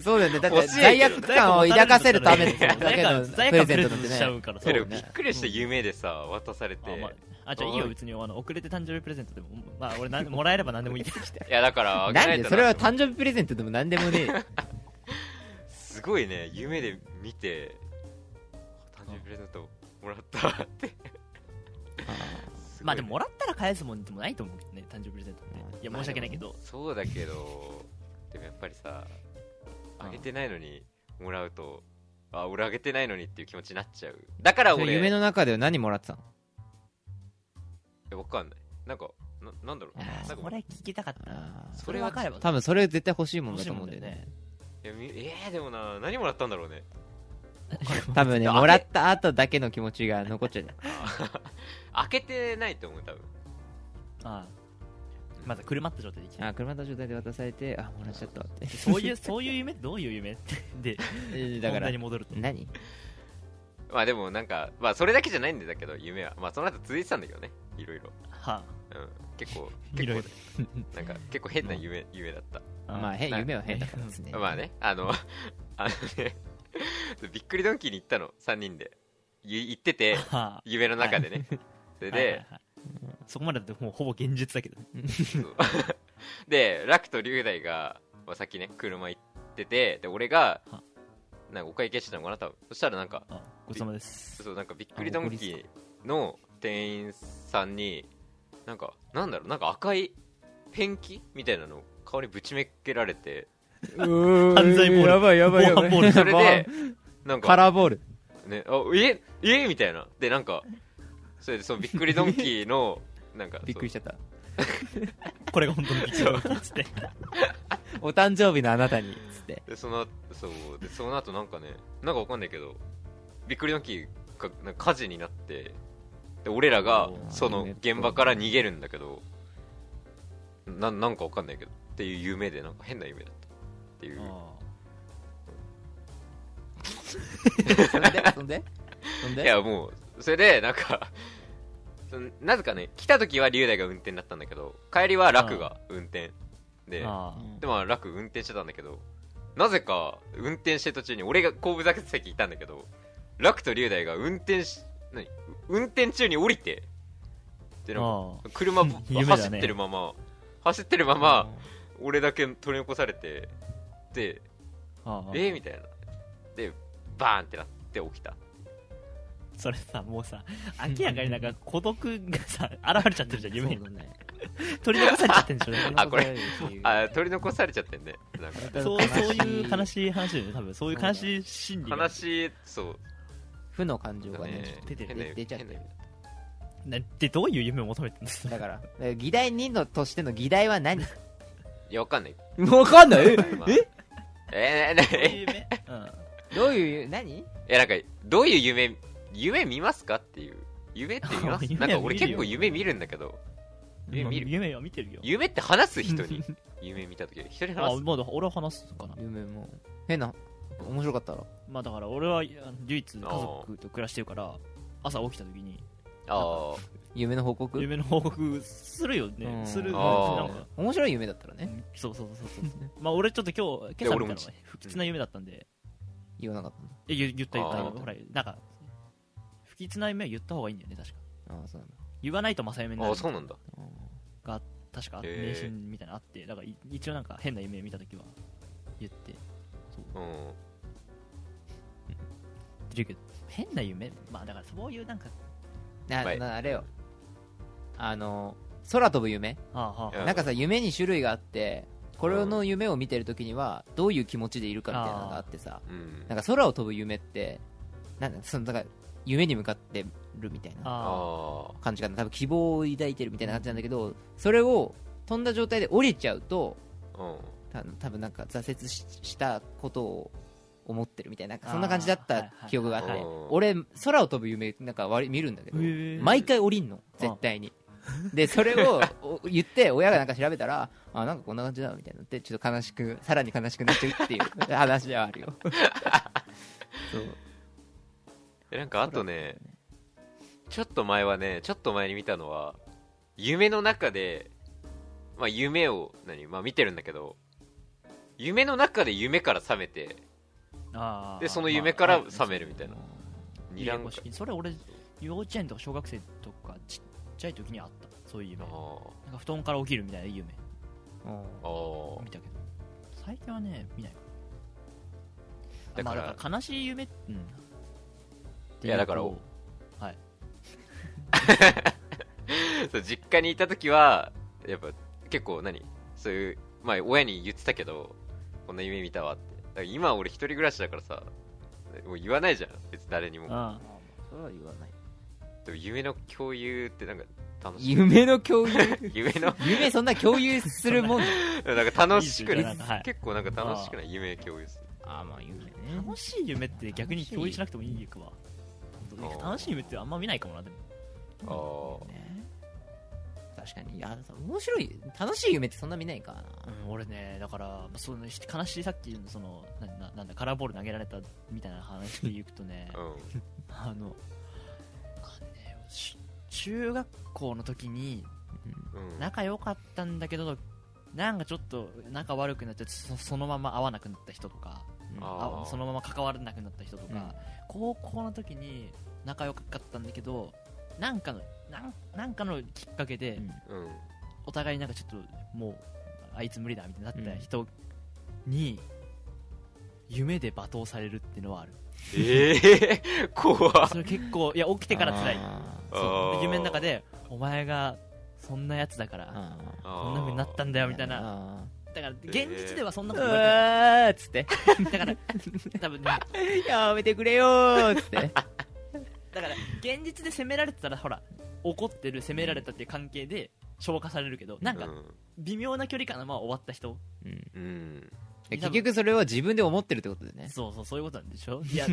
[SPEAKER 4] そうだよね。だって
[SPEAKER 3] 欲しいけど
[SPEAKER 4] 罪悪感を抱かせるた めですよ。だ
[SPEAKER 2] 罪
[SPEAKER 4] けど
[SPEAKER 2] 悪、
[SPEAKER 4] プ
[SPEAKER 2] 感
[SPEAKER 4] レ
[SPEAKER 2] プ
[SPEAKER 4] ゼ
[SPEAKER 2] レ
[SPEAKER 4] ン
[SPEAKER 2] ゼ
[SPEAKER 4] トな
[SPEAKER 2] ン
[SPEAKER 4] ん
[SPEAKER 2] ト
[SPEAKER 4] て
[SPEAKER 2] しちゃ
[SPEAKER 4] ね。
[SPEAKER 2] う からそう
[SPEAKER 3] け
[SPEAKER 2] だ
[SPEAKER 3] ど
[SPEAKER 2] よ
[SPEAKER 3] びっ
[SPEAKER 2] ね
[SPEAKER 3] くりした夢でさ渡されて
[SPEAKER 2] あまああじゃあいいよ別にあの遅れて誕生日プレゼントでもまあ俺なんもらえれば何でも いいけど
[SPEAKER 3] いやだからあげ
[SPEAKER 4] な
[SPEAKER 3] なんい
[SPEAKER 4] で
[SPEAKER 3] と
[SPEAKER 4] それは
[SPEAKER 3] って思う
[SPEAKER 4] 誕生日プレゼントでも何でもねえよ。
[SPEAKER 3] すごいね夢で見て誕生日プレゼントもらったってすごいね
[SPEAKER 2] まあでももらったら返すもんでもないと思うけどね誕生日プレゼントっていや申し訳ないけど
[SPEAKER 3] そうだけどでもやっぱりさ
[SPEAKER 4] うん
[SPEAKER 3] あげてないのにもらうとあ俺あげてないのにっていう気持ちになっちゃうだから
[SPEAKER 4] それ
[SPEAKER 3] 俺
[SPEAKER 4] 夢の中では何もらってたの
[SPEAKER 3] いやわかんないなんかななんだろう
[SPEAKER 4] あー
[SPEAKER 3] なんか
[SPEAKER 2] これ聞きたかったな
[SPEAKER 4] あー
[SPEAKER 3] それは
[SPEAKER 2] 分かれば
[SPEAKER 4] 多分それ絶対欲しいもんだと思うんだよね。
[SPEAKER 3] いやみえー、でもな何もらったんだろうね
[SPEAKER 4] 多分ね、
[SPEAKER 3] あれ
[SPEAKER 4] もらった後だけの気持ちが残っちゃう。
[SPEAKER 3] 開けてないと思う多分
[SPEAKER 2] ああまだ車った状態で行きたい
[SPEAKER 4] あ、車の状態で渡されて、あ、もらっちゃったって。
[SPEAKER 2] そういうそういう夢ってどういう夢ってで
[SPEAKER 4] だか
[SPEAKER 2] 問
[SPEAKER 4] ら
[SPEAKER 2] 題に、戻ると
[SPEAKER 4] 何
[SPEAKER 3] まあでもなんかまあそれだけじゃないんだけど夢はまあその後続いてたんだけどねいろいろ
[SPEAKER 2] は
[SPEAKER 3] うん結構
[SPEAKER 2] いろい
[SPEAKER 3] 結
[SPEAKER 2] ろ
[SPEAKER 3] 構なんか結構変な夢夢だった
[SPEAKER 2] あ
[SPEAKER 4] まあ、変、
[SPEAKER 3] な
[SPEAKER 4] 夢は変だからですね。
[SPEAKER 3] まあね、あの、あのね、 びっくりドンキーに行ったの、3人で。ゆ行ってて、
[SPEAKER 2] はあ
[SPEAKER 3] 夢の中でね。それ
[SPEAKER 2] はいはい
[SPEAKER 3] で、
[SPEAKER 2] はいそこまでだともうほぼ現実だけどね
[SPEAKER 3] そう で、楽と龍大が、まあ、さっきね、車行ってて、で、俺が
[SPEAKER 2] は、
[SPEAKER 3] なんかお会計してたのかな、多分。そしたらなんか、
[SPEAKER 2] あごちそうさまです
[SPEAKER 3] そう、なんかびっくりドンキーの店員さんに、なんか、なんだろう、なんか赤いペンキみたいなのを顔にぶちまけられて、
[SPEAKER 4] 犯
[SPEAKER 2] 罪ボール
[SPEAKER 4] やばいやばいやばい。
[SPEAKER 2] 防犯ボール
[SPEAKER 3] それで、なんか、
[SPEAKER 4] カラーボール。
[SPEAKER 3] ね、あええみたいなでなんかそれでそのびっくりドンキー のなんか
[SPEAKER 4] びっくりし
[SPEAKER 3] そ
[SPEAKER 4] ちゃった。
[SPEAKER 2] これが本当のビッグドンキーっつって
[SPEAKER 4] お誕生日のあなたに、つって。
[SPEAKER 3] うでそのそうでその後なんかねなんかわかんないけどびっくりドンキーがなんか火事になってで俺らが
[SPEAKER 2] おー
[SPEAKER 3] その
[SPEAKER 4] 夢っぽい
[SPEAKER 3] 現場から逃げるんだけどななんかわかんないけどっていう夢でなんか変な夢だったっていう
[SPEAKER 2] あ
[SPEAKER 4] そんで、そんで、そん
[SPEAKER 3] い
[SPEAKER 4] で。
[SPEAKER 3] やもうそれでなんか そのなぜかね来た時は龍大が運転だったんだけど帰りは楽が運転 で
[SPEAKER 2] あああ
[SPEAKER 3] でまあ楽運転してたんだけどなぜか運転してる途中に俺が後部座席いたんだけど楽と龍大が運転し何運転中に降りてでなんか
[SPEAKER 2] ああ
[SPEAKER 3] 車ぼ
[SPEAKER 2] 夢だね
[SPEAKER 3] 走ってるまま走ってるまま俺だけ取り残されてで
[SPEAKER 2] ああ
[SPEAKER 3] えーみたいなでバーンってなって起きた
[SPEAKER 2] それさもうさ明らかになんか孤独がさ現れちゃってるじゃん夢に
[SPEAKER 4] そうだね
[SPEAKER 2] 取り残されちゃってるんでしょだから
[SPEAKER 3] あこれ
[SPEAKER 4] あ
[SPEAKER 3] あー取り残されちゃってんねなんか
[SPEAKER 4] れ
[SPEAKER 2] そうそういう悲しい話だよね多分そういう悲しい心理が
[SPEAKER 3] 悲しいそう
[SPEAKER 4] 負の感情
[SPEAKER 3] だ
[SPEAKER 4] が
[SPEAKER 3] ね
[SPEAKER 4] ね、
[SPEAKER 2] 出てる
[SPEAKER 3] 変な
[SPEAKER 4] 出出ちゃってる
[SPEAKER 3] 変な
[SPEAKER 2] なでどういう夢を求めてるんです
[SPEAKER 4] だから、え議題2のとしての議題は何
[SPEAKER 3] いやわかんない
[SPEAKER 4] わかんないえ
[SPEAKER 3] まあえーな
[SPEAKER 2] どう
[SPEAKER 3] え
[SPEAKER 2] いう夢うん
[SPEAKER 4] どういう、何
[SPEAKER 3] えなんかどういう夢夢見ますかっていう夢って見ます
[SPEAKER 2] 夢は
[SPEAKER 3] なんか俺
[SPEAKER 2] 見るよ
[SPEAKER 3] 結構夢見るんだけど夢見る
[SPEAKER 2] 夢は見てるよ
[SPEAKER 3] 夢って話す人 に夢見た時人に
[SPEAKER 2] あ
[SPEAKER 3] 話す
[SPEAKER 2] まだ俺は話すのかな
[SPEAKER 4] 夢も変な面白かったら
[SPEAKER 2] まあだから俺はあの唯一家族と暮らしてるから朝起きた時に
[SPEAKER 3] あ
[SPEAKER 4] 夢の報告
[SPEAKER 2] 夢の報告するよ
[SPEAKER 4] う
[SPEAKER 2] ね
[SPEAKER 4] ん
[SPEAKER 2] する
[SPEAKER 3] あ
[SPEAKER 2] な
[SPEAKER 3] ー
[SPEAKER 2] んか
[SPEAKER 4] 面白い夢だったらね
[SPEAKER 2] そうそうそうそうそうまあ俺ちょっと今日今朝見たのは不吉な夢だったんで
[SPEAKER 4] 言わなかったの
[SPEAKER 2] いや言言った言った
[SPEAKER 3] あー
[SPEAKER 2] ほらなんか不吉な夢は言った方がいいんだよね確か
[SPEAKER 4] ああそうなんだ
[SPEAKER 2] 言わないと正夢に
[SPEAKER 3] あ
[SPEAKER 2] な
[SPEAKER 3] あ
[SPEAKER 2] る
[SPEAKER 3] あそうなんだ
[SPEAKER 4] あ
[SPEAKER 2] 確か迷
[SPEAKER 3] へー
[SPEAKER 2] 信みたいなのあってだからい一応なんか変な夢見た時は言ってそう
[SPEAKER 3] うん
[SPEAKER 2] 言ってるけど変な夢まあだからそういうなんか
[SPEAKER 4] ー
[SPEAKER 3] は
[SPEAKER 4] ないなあれよあの空飛ぶ夢
[SPEAKER 2] ああはあ
[SPEAKER 3] うん
[SPEAKER 4] なんかさ夢に種類があってこれの夢を見てるときにはどういう気持ちでいるかみたいなのがあってさ
[SPEAKER 3] うん
[SPEAKER 4] なんか空を飛ぶ夢ってなんだそのだから夢に向かってるみたいな
[SPEAKER 2] あ
[SPEAKER 3] あ
[SPEAKER 4] 感じかな多分希望を抱いてるみたいな感じなんだけどそれを飛んだ状態で降りちゃうと
[SPEAKER 3] あうん
[SPEAKER 4] た多分なんか挫折ししたことを思ってるみたいななんかそんな感じだった記憶があって、
[SPEAKER 3] あーはいはいはい
[SPEAKER 4] 俺空を飛ぶ夢なんか割見るんだけど
[SPEAKER 2] へー
[SPEAKER 4] 毎回降りんの絶対にでそれをお言って親がなんか調べたらあなんかこんな感じだみたいになってちょっと悲しくさらに悲しくなっちゃうっていう話ではあるよそう
[SPEAKER 3] えなんかあとねちょっと前はねちょっと前に見たのは夢の中でまあ夢を何まあ見てるんだけど夢の中で夢から覚めて
[SPEAKER 2] ああ
[SPEAKER 3] でその夢から覚め
[SPEAKER 2] る
[SPEAKER 3] るみたいな
[SPEAKER 2] 二
[SPEAKER 3] 二
[SPEAKER 2] 段
[SPEAKER 3] 段
[SPEAKER 2] 階
[SPEAKER 3] 階
[SPEAKER 2] それ俺幼稚園とか小学生とかちっちゃい時にあったそういう夢
[SPEAKER 3] あ
[SPEAKER 2] なん
[SPEAKER 3] ー
[SPEAKER 2] か布団から起きるみたいな夢
[SPEAKER 3] あー
[SPEAKER 2] 見たけど最近はね見ないから
[SPEAKER 3] だから
[SPEAKER 2] まあだから悲しい夢うん
[SPEAKER 3] いやだから
[SPEAKER 2] っていうとはい
[SPEAKER 3] そう実家にいた時はやっぱ結構何そういうまあ親に言ってたけどこんな夢見たわってだから今俺一人暮らしだからさもう言わないじゃん別に誰にも
[SPEAKER 2] あ
[SPEAKER 4] それは言わない
[SPEAKER 3] でも夢の共有ってなんか楽しい
[SPEAKER 4] 夢の共有
[SPEAKER 3] 夢の
[SPEAKER 4] 夢そんな共有するもんじゃん
[SPEAKER 3] なんか楽しく
[SPEAKER 2] いい
[SPEAKER 3] な
[SPEAKER 2] です
[SPEAKER 3] い
[SPEAKER 2] ねはい
[SPEAKER 3] 結構なんか楽しくない夢共有する
[SPEAKER 4] あーまあ夢ね
[SPEAKER 2] あ楽しい夢って逆に共有しなくてもいいかは
[SPEAKER 3] 楽しい
[SPEAKER 2] 楽しい夢ってあんま見ないかもなでも
[SPEAKER 3] あー、
[SPEAKER 4] ね確かにいや面白い楽しい夢ってそんな見ないかな
[SPEAKER 2] うん、俺ね、だから、まあその悲しいさっきのそのなななんだカラーボール投げられたみたいな話でいくとね
[SPEAKER 3] うん
[SPEAKER 2] あのあのねし中学校の時に
[SPEAKER 3] うん
[SPEAKER 2] 仲良かったんだけど、なんかちょっと仲悪くなっちゃって、そそのまま会わなくなった人とか、
[SPEAKER 3] あ
[SPEAKER 2] あ
[SPEAKER 3] ー
[SPEAKER 2] そのまま関わらなくなった人とか、
[SPEAKER 4] うん
[SPEAKER 2] 高校の時に仲良かったんだけど、なんかのなんなんかのきっかけで、
[SPEAKER 4] うん
[SPEAKER 3] うん
[SPEAKER 2] お互いなんかちょっともうあいつ無理だみたいになった人に、夢で罵倒されるっていうのはある
[SPEAKER 3] ええー、 怖っ
[SPEAKER 2] それ結構いや起きてから辛い
[SPEAKER 4] あー
[SPEAKER 2] そう
[SPEAKER 3] あー
[SPEAKER 2] で夢の中でお前がそんなやつだから
[SPEAKER 4] あー
[SPEAKER 2] こんな風になったんだよみたいな
[SPEAKER 4] な
[SPEAKER 2] だから現実ではそんな
[SPEAKER 4] う
[SPEAKER 2] こと言わ
[SPEAKER 4] わーっつって
[SPEAKER 2] れないだから多分ね
[SPEAKER 4] やめてくれよ ーっつって
[SPEAKER 2] だから現実で責められてたらほら怒ってる責められたっていう関係で消化されるけどなんか微妙な距離感のまま終わった人
[SPEAKER 4] うん
[SPEAKER 3] うん、うん、
[SPEAKER 4] で結局それは自分で思ってるってことでね
[SPEAKER 2] そうそうそういうことなんでしょいや い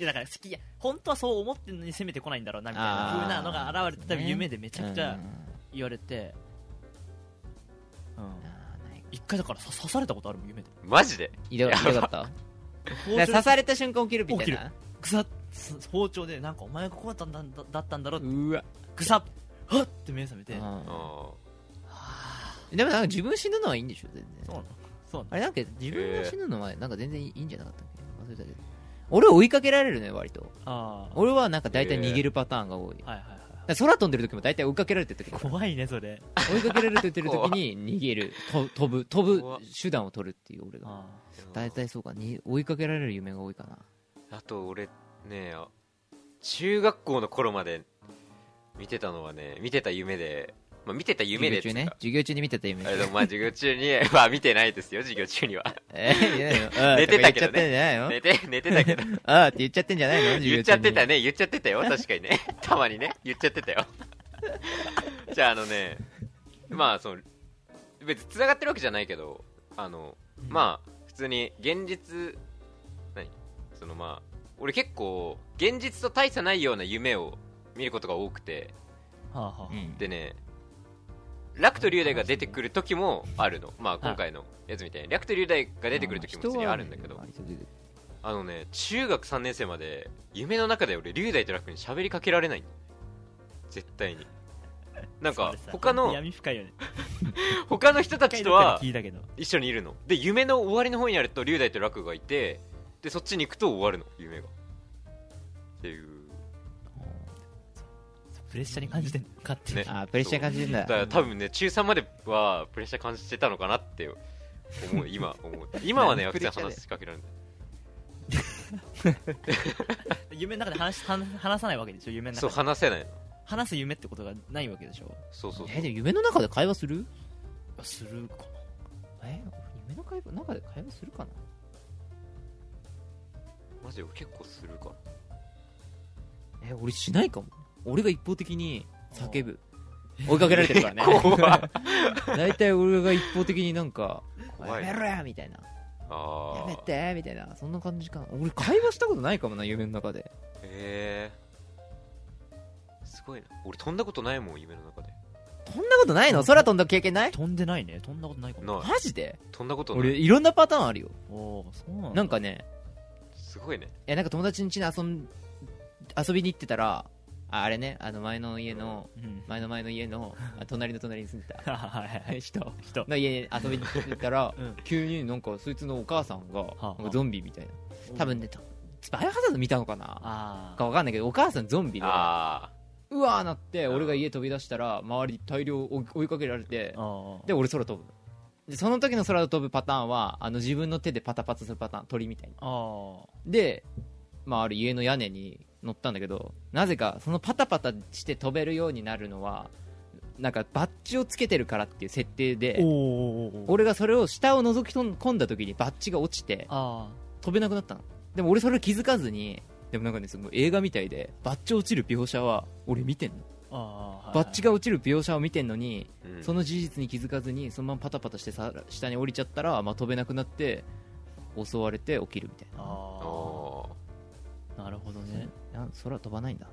[SPEAKER 2] やだから好きいや本当はそう思ってるのに攻めてこないんだろうなみたいな
[SPEAKER 4] あー
[SPEAKER 2] 風なのが現れて多分
[SPEAKER 4] ね
[SPEAKER 2] 夢でめちゃくち
[SPEAKER 4] う
[SPEAKER 2] ゃ
[SPEAKER 4] ん
[SPEAKER 2] 言われて、うん
[SPEAKER 4] あーない
[SPEAKER 2] 一回だから刺刺されたことあるもん夢で
[SPEAKER 3] マジで
[SPEAKER 4] ひどいひどかっただか
[SPEAKER 2] 包
[SPEAKER 4] ら
[SPEAKER 2] 丁
[SPEAKER 4] 刺された瞬間起きるみたい
[SPEAKER 2] 起きる
[SPEAKER 4] な
[SPEAKER 2] 草す包丁でなんかお前がこうだったんだだだったんだろって
[SPEAKER 4] うわ
[SPEAKER 2] 草はっって目覚めては
[SPEAKER 4] あ
[SPEAKER 3] あ
[SPEAKER 2] あ
[SPEAKER 4] ーでもなんか自分死ぬのはいいんでしょ全
[SPEAKER 2] そうな
[SPEAKER 4] 然
[SPEAKER 2] のそうなの
[SPEAKER 4] あれなんか自分が死ぬのはなんか全然いいんじゃなかったっけ忘れたけど俺追いかけられるのよ割と
[SPEAKER 2] あー
[SPEAKER 4] 俺はなんか大体逃げるパターンが多い、
[SPEAKER 2] はいはいはいはい
[SPEAKER 4] だから空飛んでる時も大体追いかけられてる時も
[SPEAKER 2] 怖いねそれ
[SPEAKER 4] 追いかけられてる時に逃げると飛ぶ飛ぶ
[SPEAKER 3] 怖っ
[SPEAKER 4] 手段を取るっていう俺が
[SPEAKER 2] あ
[SPEAKER 3] ー
[SPEAKER 4] 大体そうかに追いかけられる夢が多いかな
[SPEAKER 3] あと俺ねあ中学校の頃まで見てたのはね見てた夢で、まあ、見てた夢で
[SPEAKER 4] 授業中
[SPEAKER 3] っ
[SPEAKER 4] ね
[SPEAKER 3] つうか
[SPEAKER 4] 授業中に見てた夢
[SPEAKER 3] あれでもまあ授業中に まあ見てないですよ授業中には
[SPEAKER 4] えーいや いやうん
[SPEAKER 3] 寝てたけどね
[SPEAKER 4] とか言っちゃってんじゃな
[SPEAKER 3] 寝て
[SPEAKER 4] いの
[SPEAKER 3] 寝てたけ ど
[SPEAKER 4] ああって言っちゃってんじゃないの授業中
[SPEAKER 3] 言っ
[SPEAKER 4] に
[SPEAKER 3] ちゃってたね言っちゃってたよ確かにねたまにね言っちゃってたよじゃああのねまあその別に繋がってるわけじゃないけどあのまあ普通に現実何そのまあ俺結構現実と大差ないような夢を見ることが多くて
[SPEAKER 2] はあはあ
[SPEAKER 4] うん
[SPEAKER 3] でね楽と龍大が出てくる時もあるのまあ今回のやつみたいに楽と龍大が出てくる時も普通にあるんだけど
[SPEAKER 4] まあ人はね割と出てくる
[SPEAKER 3] あのね中学3年生まで夢の中で俺龍大と楽に喋りかけられないんだよ絶対になん
[SPEAKER 2] そ
[SPEAKER 3] か
[SPEAKER 2] うです
[SPEAKER 3] 他の
[SPEAKER 2] 闇深いよね
[SPEAKER 3] 他の人たちとは
[SPEAKER 2] 聞いたけど
[SPEAKER 3] 一緒にいるので夢の終わりの方になると龍大と楽がいてでそっちに行くと終わるの夢がっていう
[SPEAKER 2] プレッシャーに感じてんの勝手に、
[SPEAKER 3] ね
[SPEAKER 4] あープレッシャー感じてんだ
[SPEAKER 3] だから多分ね中3まではプレッシャー感じてたのかなって思う今思う今はね
[SPEAKER 4] 何
[SPEAKER 3] 学
[SPEAKER 4] プ
[SPEAKER 3] 生
[SPEAKER 4] レッシャーだよ
[SPEAKER 3] 話しかけられる
[SPEAKER 2] 夢の中で話し話話さないわけでしょ夢の
[SPEAKER 3] そう
[SPEAKER 2] 中で
[SPEAKER 3] 話せないの
[SPEAKER 2] 話す夢ってことがないわけでしょ
[SPEAKER 3] そうそうそ
[SPEAKER 4] え
[SPEAKER 3] う
[SPEAKER 4] でも夢の中で会話する
[SPEAKER 2] するか
[SPEAKER 4] え夢の会話中で会話するかな
[SPEAKER 3] マジで俺結構するかな
[SPEAKER 4] え俺しないかも俺が一方的に叫ぶ追いかけられてるからね
[SPEAKER 3] 怖い
[SPEAKER 4] 大体俺が一方的になんか「
[SPEAKER 3] 怖い
[SPEAKER 4] やめろや!」みたいな「
[SPEAKER 3] あ
[SPEAKER 4] や
[SPEAKER 3] あ
[SPEAKER 4] めて!」みたいなそんな感じかな俺会話したことないかもな夢の中で
[SPEAKER 3] へえすごいな俺飛んだことないもん夢の中で
[SPEAKER 4] そんなことないの空飛んだ経験ない
[SPEAKER 2] な飛んでないね飛んだことないかも
[SPEAKER 3] ない
[SPEAKER 4] マジで
[SPEAKER 3] 飛んだことな
[SPEAKER 4] 俺
[SPEAKER 3] い
[SPEAKER 4] いろんなパターンあるよ
[SPEAKER 2] おーそうなんだ
[SPEAKER 4] なんかね
[SPEAKER 3] すごいね
[SPEAKER 4] いやなんか友達ん家に遊ん遊びに行ってたらああれねあの前の家の
[SPEAKER 2] うん
[SPEAKER 4] 前の前の家のあ隣の隣に住んでた
[SPEAKER 2] はいはいはい人人
[SPEAKER 4] の家に遊びに行ったら、
[SPEAKER 2] うん
[SPEAKER 4] 急になんかそいつのお母さんが
[SPEAKER 2] あはあ
[SPEAKER 4] なんかゾンビみたいな多分ねとバイオハザード見たのかな
[SPEAKER 2] あ
[SPEAKER 4] かわかんないけどお母さんゾンビで
[SPEAKER 3] あ
[SPEAKER 4] うわーなって俺が家飛び出したら周り大量追い追いかけられて
[SPEAKER 2] ーあー
[SPEAKER 4] で俺空飛ぶでその時の空飛ぶパターンはあの自分の手でパタパタするパターン鳥みたいに
[SPEAKER 2] あー
[SPEAKER 4] で、まあ、ある家の屋根に乗ったんだけどなぜかそのパタパタして飛べるようになるのはなんかバッジをつけてるからっていう設定
[SPEAKER 2] おー
[SPEAKER 4] で
[SPEAKER 2] おーおー
[SPEAKER 4] 俺がそれを下を覗き込んだ時にバッジが落ちて
[SPEAKER 2] あ
[SPEAKER 4] 飛べなくなったのでも俺それを気づかずにでもなんかねその映画みたいでバッジ落ちる描写は俺見てんの
[SPEAKER 2] ーあー
[SPEAKER 4] バッジが落ちる描写を見てんのに、
[SPEAKER 3] あうん
[SPEAKER 4] その事実に気づかずにそのままパタパタしてさ下に降りちゃったら、まあ、飛べなくなって襲われて起きるみたいな
[SPEAKER 3] あ
[SPEAKER 2] あ
[SPEAKER 3] ー
[SPEAKER 2] あなるほどね
[SPEAKER 4] あ空飛ばないんだ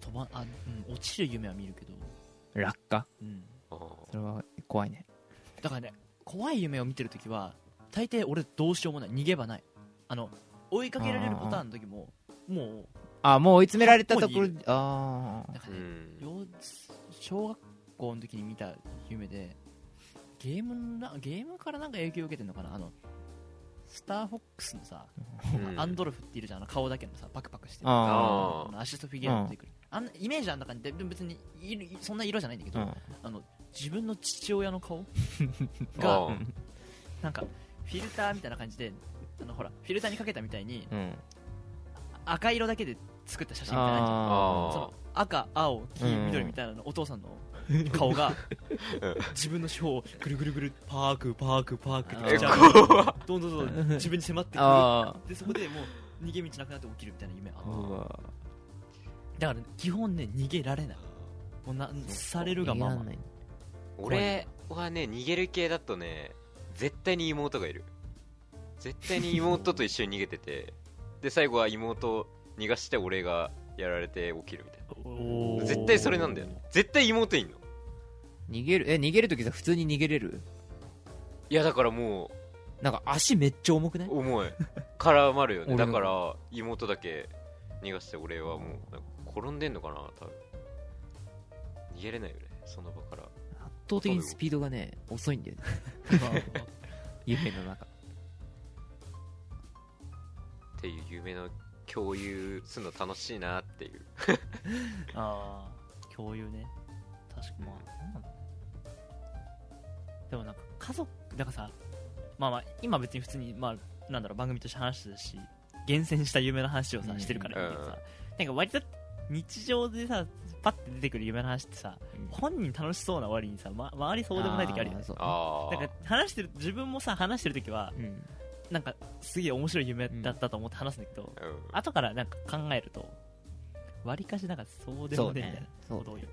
[SPEAKER 2] 飛ばあ、うん、落ちる夢は見るけど、
[SPEAKER 4] 落下
[SPEAKER 2] うん、
[SPEAKER 3] あ
[SPEAKER 4] それは怖いね
[SPEAKER 2] だからね怖い夢を見てるときは大抵俺どうしようもない逃げ場ないあの追いかけられるパターンの時もも
[SPEAKER 4] あもう追い詰められたとこ
[SPEAKER 2] ここ
[SPEAKER 4] ろ
[SPEAKER 2] に
[SPEAKER 4] であ
[SPEAKER 2] うなんか
[SPEAKER 3] ーう
[SPEAKER 2] ね、
[SPEAKER 3] ん
[SPEAKER 2] 幼小学校の時に見た夢でゲームのなゲームからなんか影響を受けてんのかなあのスターフォックスのさ、
[SPEAKER 3] うん
[SPEAKER 2] アンドルフっているじゃんあの顔だけのさパクパクしてる
[SPEAKER 4] あ
[SPEAKER 3] あー
[SPEAKER 2] アシストフィギュアに出てくる、あんなイメージあんな感じででも別にいるそんな色じゃないんだけ
[SPEAKER 4] ー
[SPEAKER 2] ど、
[SPEAKER 4] うん
[SPEAKER 2] あの自分の父親の顔
[SPEAKER 3] あ
[SPEAKER 2] が
[SPEAKER 3] ー
[SPEAKER 2] なんかフィルターみたいな感じであのほらフィルターにかけたみたいに
[SPEAKER 4] うん
[SPEAKER 2] 赤色だけで作った写真みたいなのあるじゃん
[SPEAKER 4] あ
[SPEAKER 2] その赤青黄
[SPEAKER 4] うん
[SPEAKER 2] 緑みたいなのお父 さんの顔が
[SPEAKER 3] うん
[SPEAKER 2] 自分の手法をぐるぐるぐるパークパークパークって
[SPEAKER 3] え
[SPEAKER 2] やっちゃう
[SPEAKER 3] 怖っ
[SPEAKER 2] どんどんどんどん自分に迫ってくる
[SPEAKER 4] あ
[SPEAKER 2] でそこでもう逃げ道なくなって起きるみたいな夢あ
[SPEAKER 4] ーうわ
[SPEAKER 2] だから基本ね逃げられないもうなされるがま
[SPEAKER 4] 逃げら
[SPEAKER 2] ま
[SPEAKER 4] んない
[SPEAKER 3] 俺はね逃げる系だとね絶対に妹がいる絶対に妹と一緒に逃げててで最後は妹を逃がして俺がやられて起きるみたい
[SPEAKER 2] おー
[SPEAKER 3] な絶対それなんだよね絶対妹いんの
[SPEAKER 4] 逃げるえ逃げるときさ普通に逃げれる
[SPEAKER 3] いやだからも
[SPEAKER 4] なんか足めっちゃ重く ないう
[SPEAKER 3] 重い絡まるよね
[SPEAKER 4] 俺
[SPEAKER 3] だ
[SPEAKER 4] の
[SPEAKER 3] から妹だけ逃がして俺はもうなんか転んでんのかな多分逃げれないよねその場から
[SPEAKER 4] 圧倒的にスピードがね遅いんだよね夢の中
[SPEAKER 3] っていう夢の共有するの楽しいなっていう
[SPEAKER 2] ああ共有ね確かまあなんだでもなんか家族だからさまあまあ今別に普通にまあなんだろう番組として話してるし厳選した夢の話をさ、
[SPEAKER 4] うん
[SPEAKER 2] してるから
[SPEAKER 3] うん
[SPEAKER 2] だけどさなんか割と日常でさパッて出てくる夢の話ってさ本人楽しそうな割にさ、ま、周りそうでもない時あるよ
[SPEAKER 4] ー
[SPEAKER 2] ね
[SPEAKER 4] そう
[SPEAKER 3] あ
[SPEAKER 2] なんか話してる自分もさ話してる時は
[SPEAKER 4] うん
[SPEAKER 2] なんかすげえ面白い夢だったと思って話すんだけど、
[SPEAKER 3] あ、うん、
[SPEAKER 2] 後からなんか考えると割りかしなんかそうでもねえみたいな
[SPEAKER 4] そうね
[SPEAKER 2] ことを言う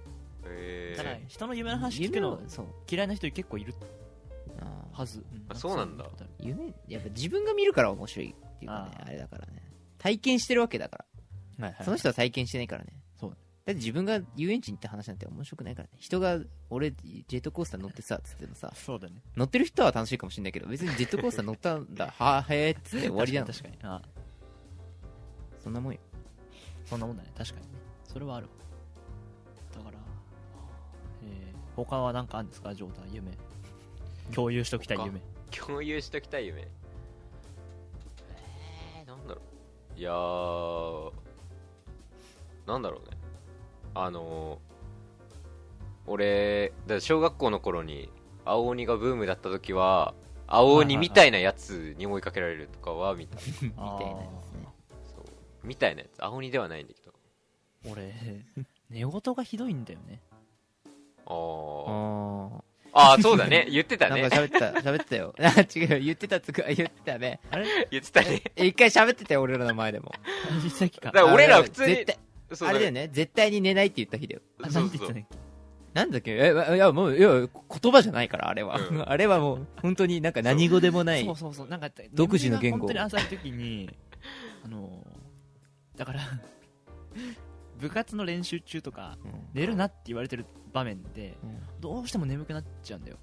[SPEAKER 3] え
[SPEAKER 2] だから人の夢の話聞く
[SPEAKER 4] 夢
[SPEAKER 2] の
[SPEAKER 4] のそう
[SPEAKER 2] 嫌いな人結構いる
[SPEAKER 4] あー
[SPEAKER 2] はず、
[SPEAKER 3] あそうなんだ
[SPEAKER 2] ことある
[SPEAKER 4] 夢やっぱ自分が見るから面白いっていうかね
[SPEAKER 2] あ
[SPEAKER 4] あれだからね体験してるわけだから、
[SPEAKER 2] はいはい
[SPEAKER 4] その人は体験してないからね
[SPEAKER 2] そう
[SPEAKER 4] だって自分が遊園地に行った話なんて面白くないからね人が俺ジェットコースター乗ってさっつってもさ
[SPEAKER 2] そうだね
[SPEAKER 4] 乗ってる人は楽しいかもしれないけど別にジェットコースター乗ったんだはあへえっつって終わりじゃん
[SPEAKER 2] 確かに確かにあ
[SPEAKER 4] そんなもんよ
[SPEAKER 2] そんなもんだね確かにねそれはあるだからえー、他は何かあるんですか状態夢共有しときたい夢
[SPEAKER 3] 共有しときたい夢えー、なんだろういやーなんだろうねあのー、俺だ小学校の頃に青鬼がブームだった時は青鬼みたいなやつに追いかけられるとかは見た、
[SPEAKER 2] み
[SPEAKER 4] みたいなやつね
[SPEAKER 3] そうみたいなやつ青鬼ではないんだけど
[SPEAKER 2] 俺寝言がひどいんだよね
[SPEAKER 3] あー
[SPEAKER 4] あ
[SPEAKER 3] あーそう だね言って
[SPEAKER 4] あ
[SPEAKER 3] た
[SPEAKER 4] なん
[SPEAKER 3] ね
[SPEAKER 4] か喋ってた喋ってたよ あ違う言ってたつく言ってたね
[SPEAKER 2] あれ
[SPEAKER 3] 言ってたね
[SPEAKER 4] え一回喋ってたよ俺らの前でも
[SPEAKER 2] 実際聞か
[SPEAKER 3] だから俺ら
[SPEAKER 4] あ
[SPEAKER 3] 普通に
[SPEAKER 4] 絶対
[SPEAKER 3] そう
[SPEAKER 4] あれだよね絶対に寝ないって言った日だよ
[SPEAKER 2] あ
[SPEAKER 3] そ
[SPEAKER 2] なん
[SPEAKER 3] う
[SPEAKER 2] て言
[SPEAKER 3] そ
[SPEAKER 2] っ
[SPEAKER 3] う
[SPEAKER 2] てたね
[SPEAKER 4] なんだっけえわいやもういや言葉じゃないからあれは、
[SPEAKER 3] うん
[SPEAKER 4] あれはもう本当になんか何語でもない
[SPEAKER 2] そうそうそうなんか
[SPEAKER 4] 独自の言語
[SPEAKER 2] 眠りが本当に浅い時に あのだから 部活の練習中とか
[SPEAKER 4] うん
[SPEAKER 2] 寝るなって言われてる場面で
[SPEAKER 4] うん
[SPEAKER 2] どうしても眠くなっちゃうんだよ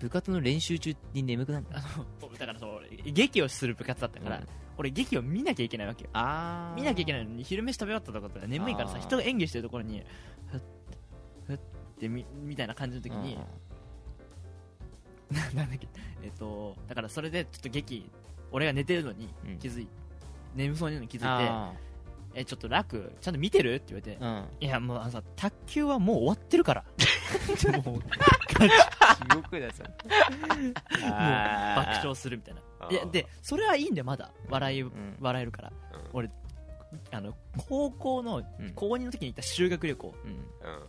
[SPEAKER 4] 部活の練習中に眠くなる
[SPEAKER 2] あのだからそう劇をする部活だったから、
[SPEAKER 4] うん
[SPEAKER 2] 俺劇を見なきゃいけないわけよ
[SPEAKER 4] あ
[SPEAKER 2] 見なきゃいけ
[SPEAKER 4] ない
[SPEAKER 2] ないのに昼飯食べ終わったとかだ眠いからさ
[SPEAKER 4] あー
[SPEAKER 2] 人が演技してるところにふっふってみみたいな感じの時に、 なんだっけえっ、とだからそれでちょっと劇俺が寝てるのに
[SPEAKER 4] うん
[SPEAKER 2] 気づい、眠そうになるのに気づいて
[SPEAKER 4] あ
[SPEAKER 2] 「えちょっと楽ちゃんと見てる?」って言われて
[SPEAKER 4] ーうん
[SPEAKER 2] 「いやもうあのさ卓球はもう終わってるから」 もう
[SPEAKER 4] 地獄だぞ
[SPEAKER 2] 爆笑するみたいな
[SPEAKER 3] あー
[SPEAKER 2] いやでそれはいいんだよまだ笑い、
[SPEAKER 4] ん
[SPEAKER 2] 笑えるから
[SPEAKER 3] うん
[SPEAKER 2] 俺あの高校の
[SPEAKER 4] うん
[SPEAKER 2] 高2の時に行った修学旅行、
[SPEAKER 4] うん
[SPEAKER 3] うん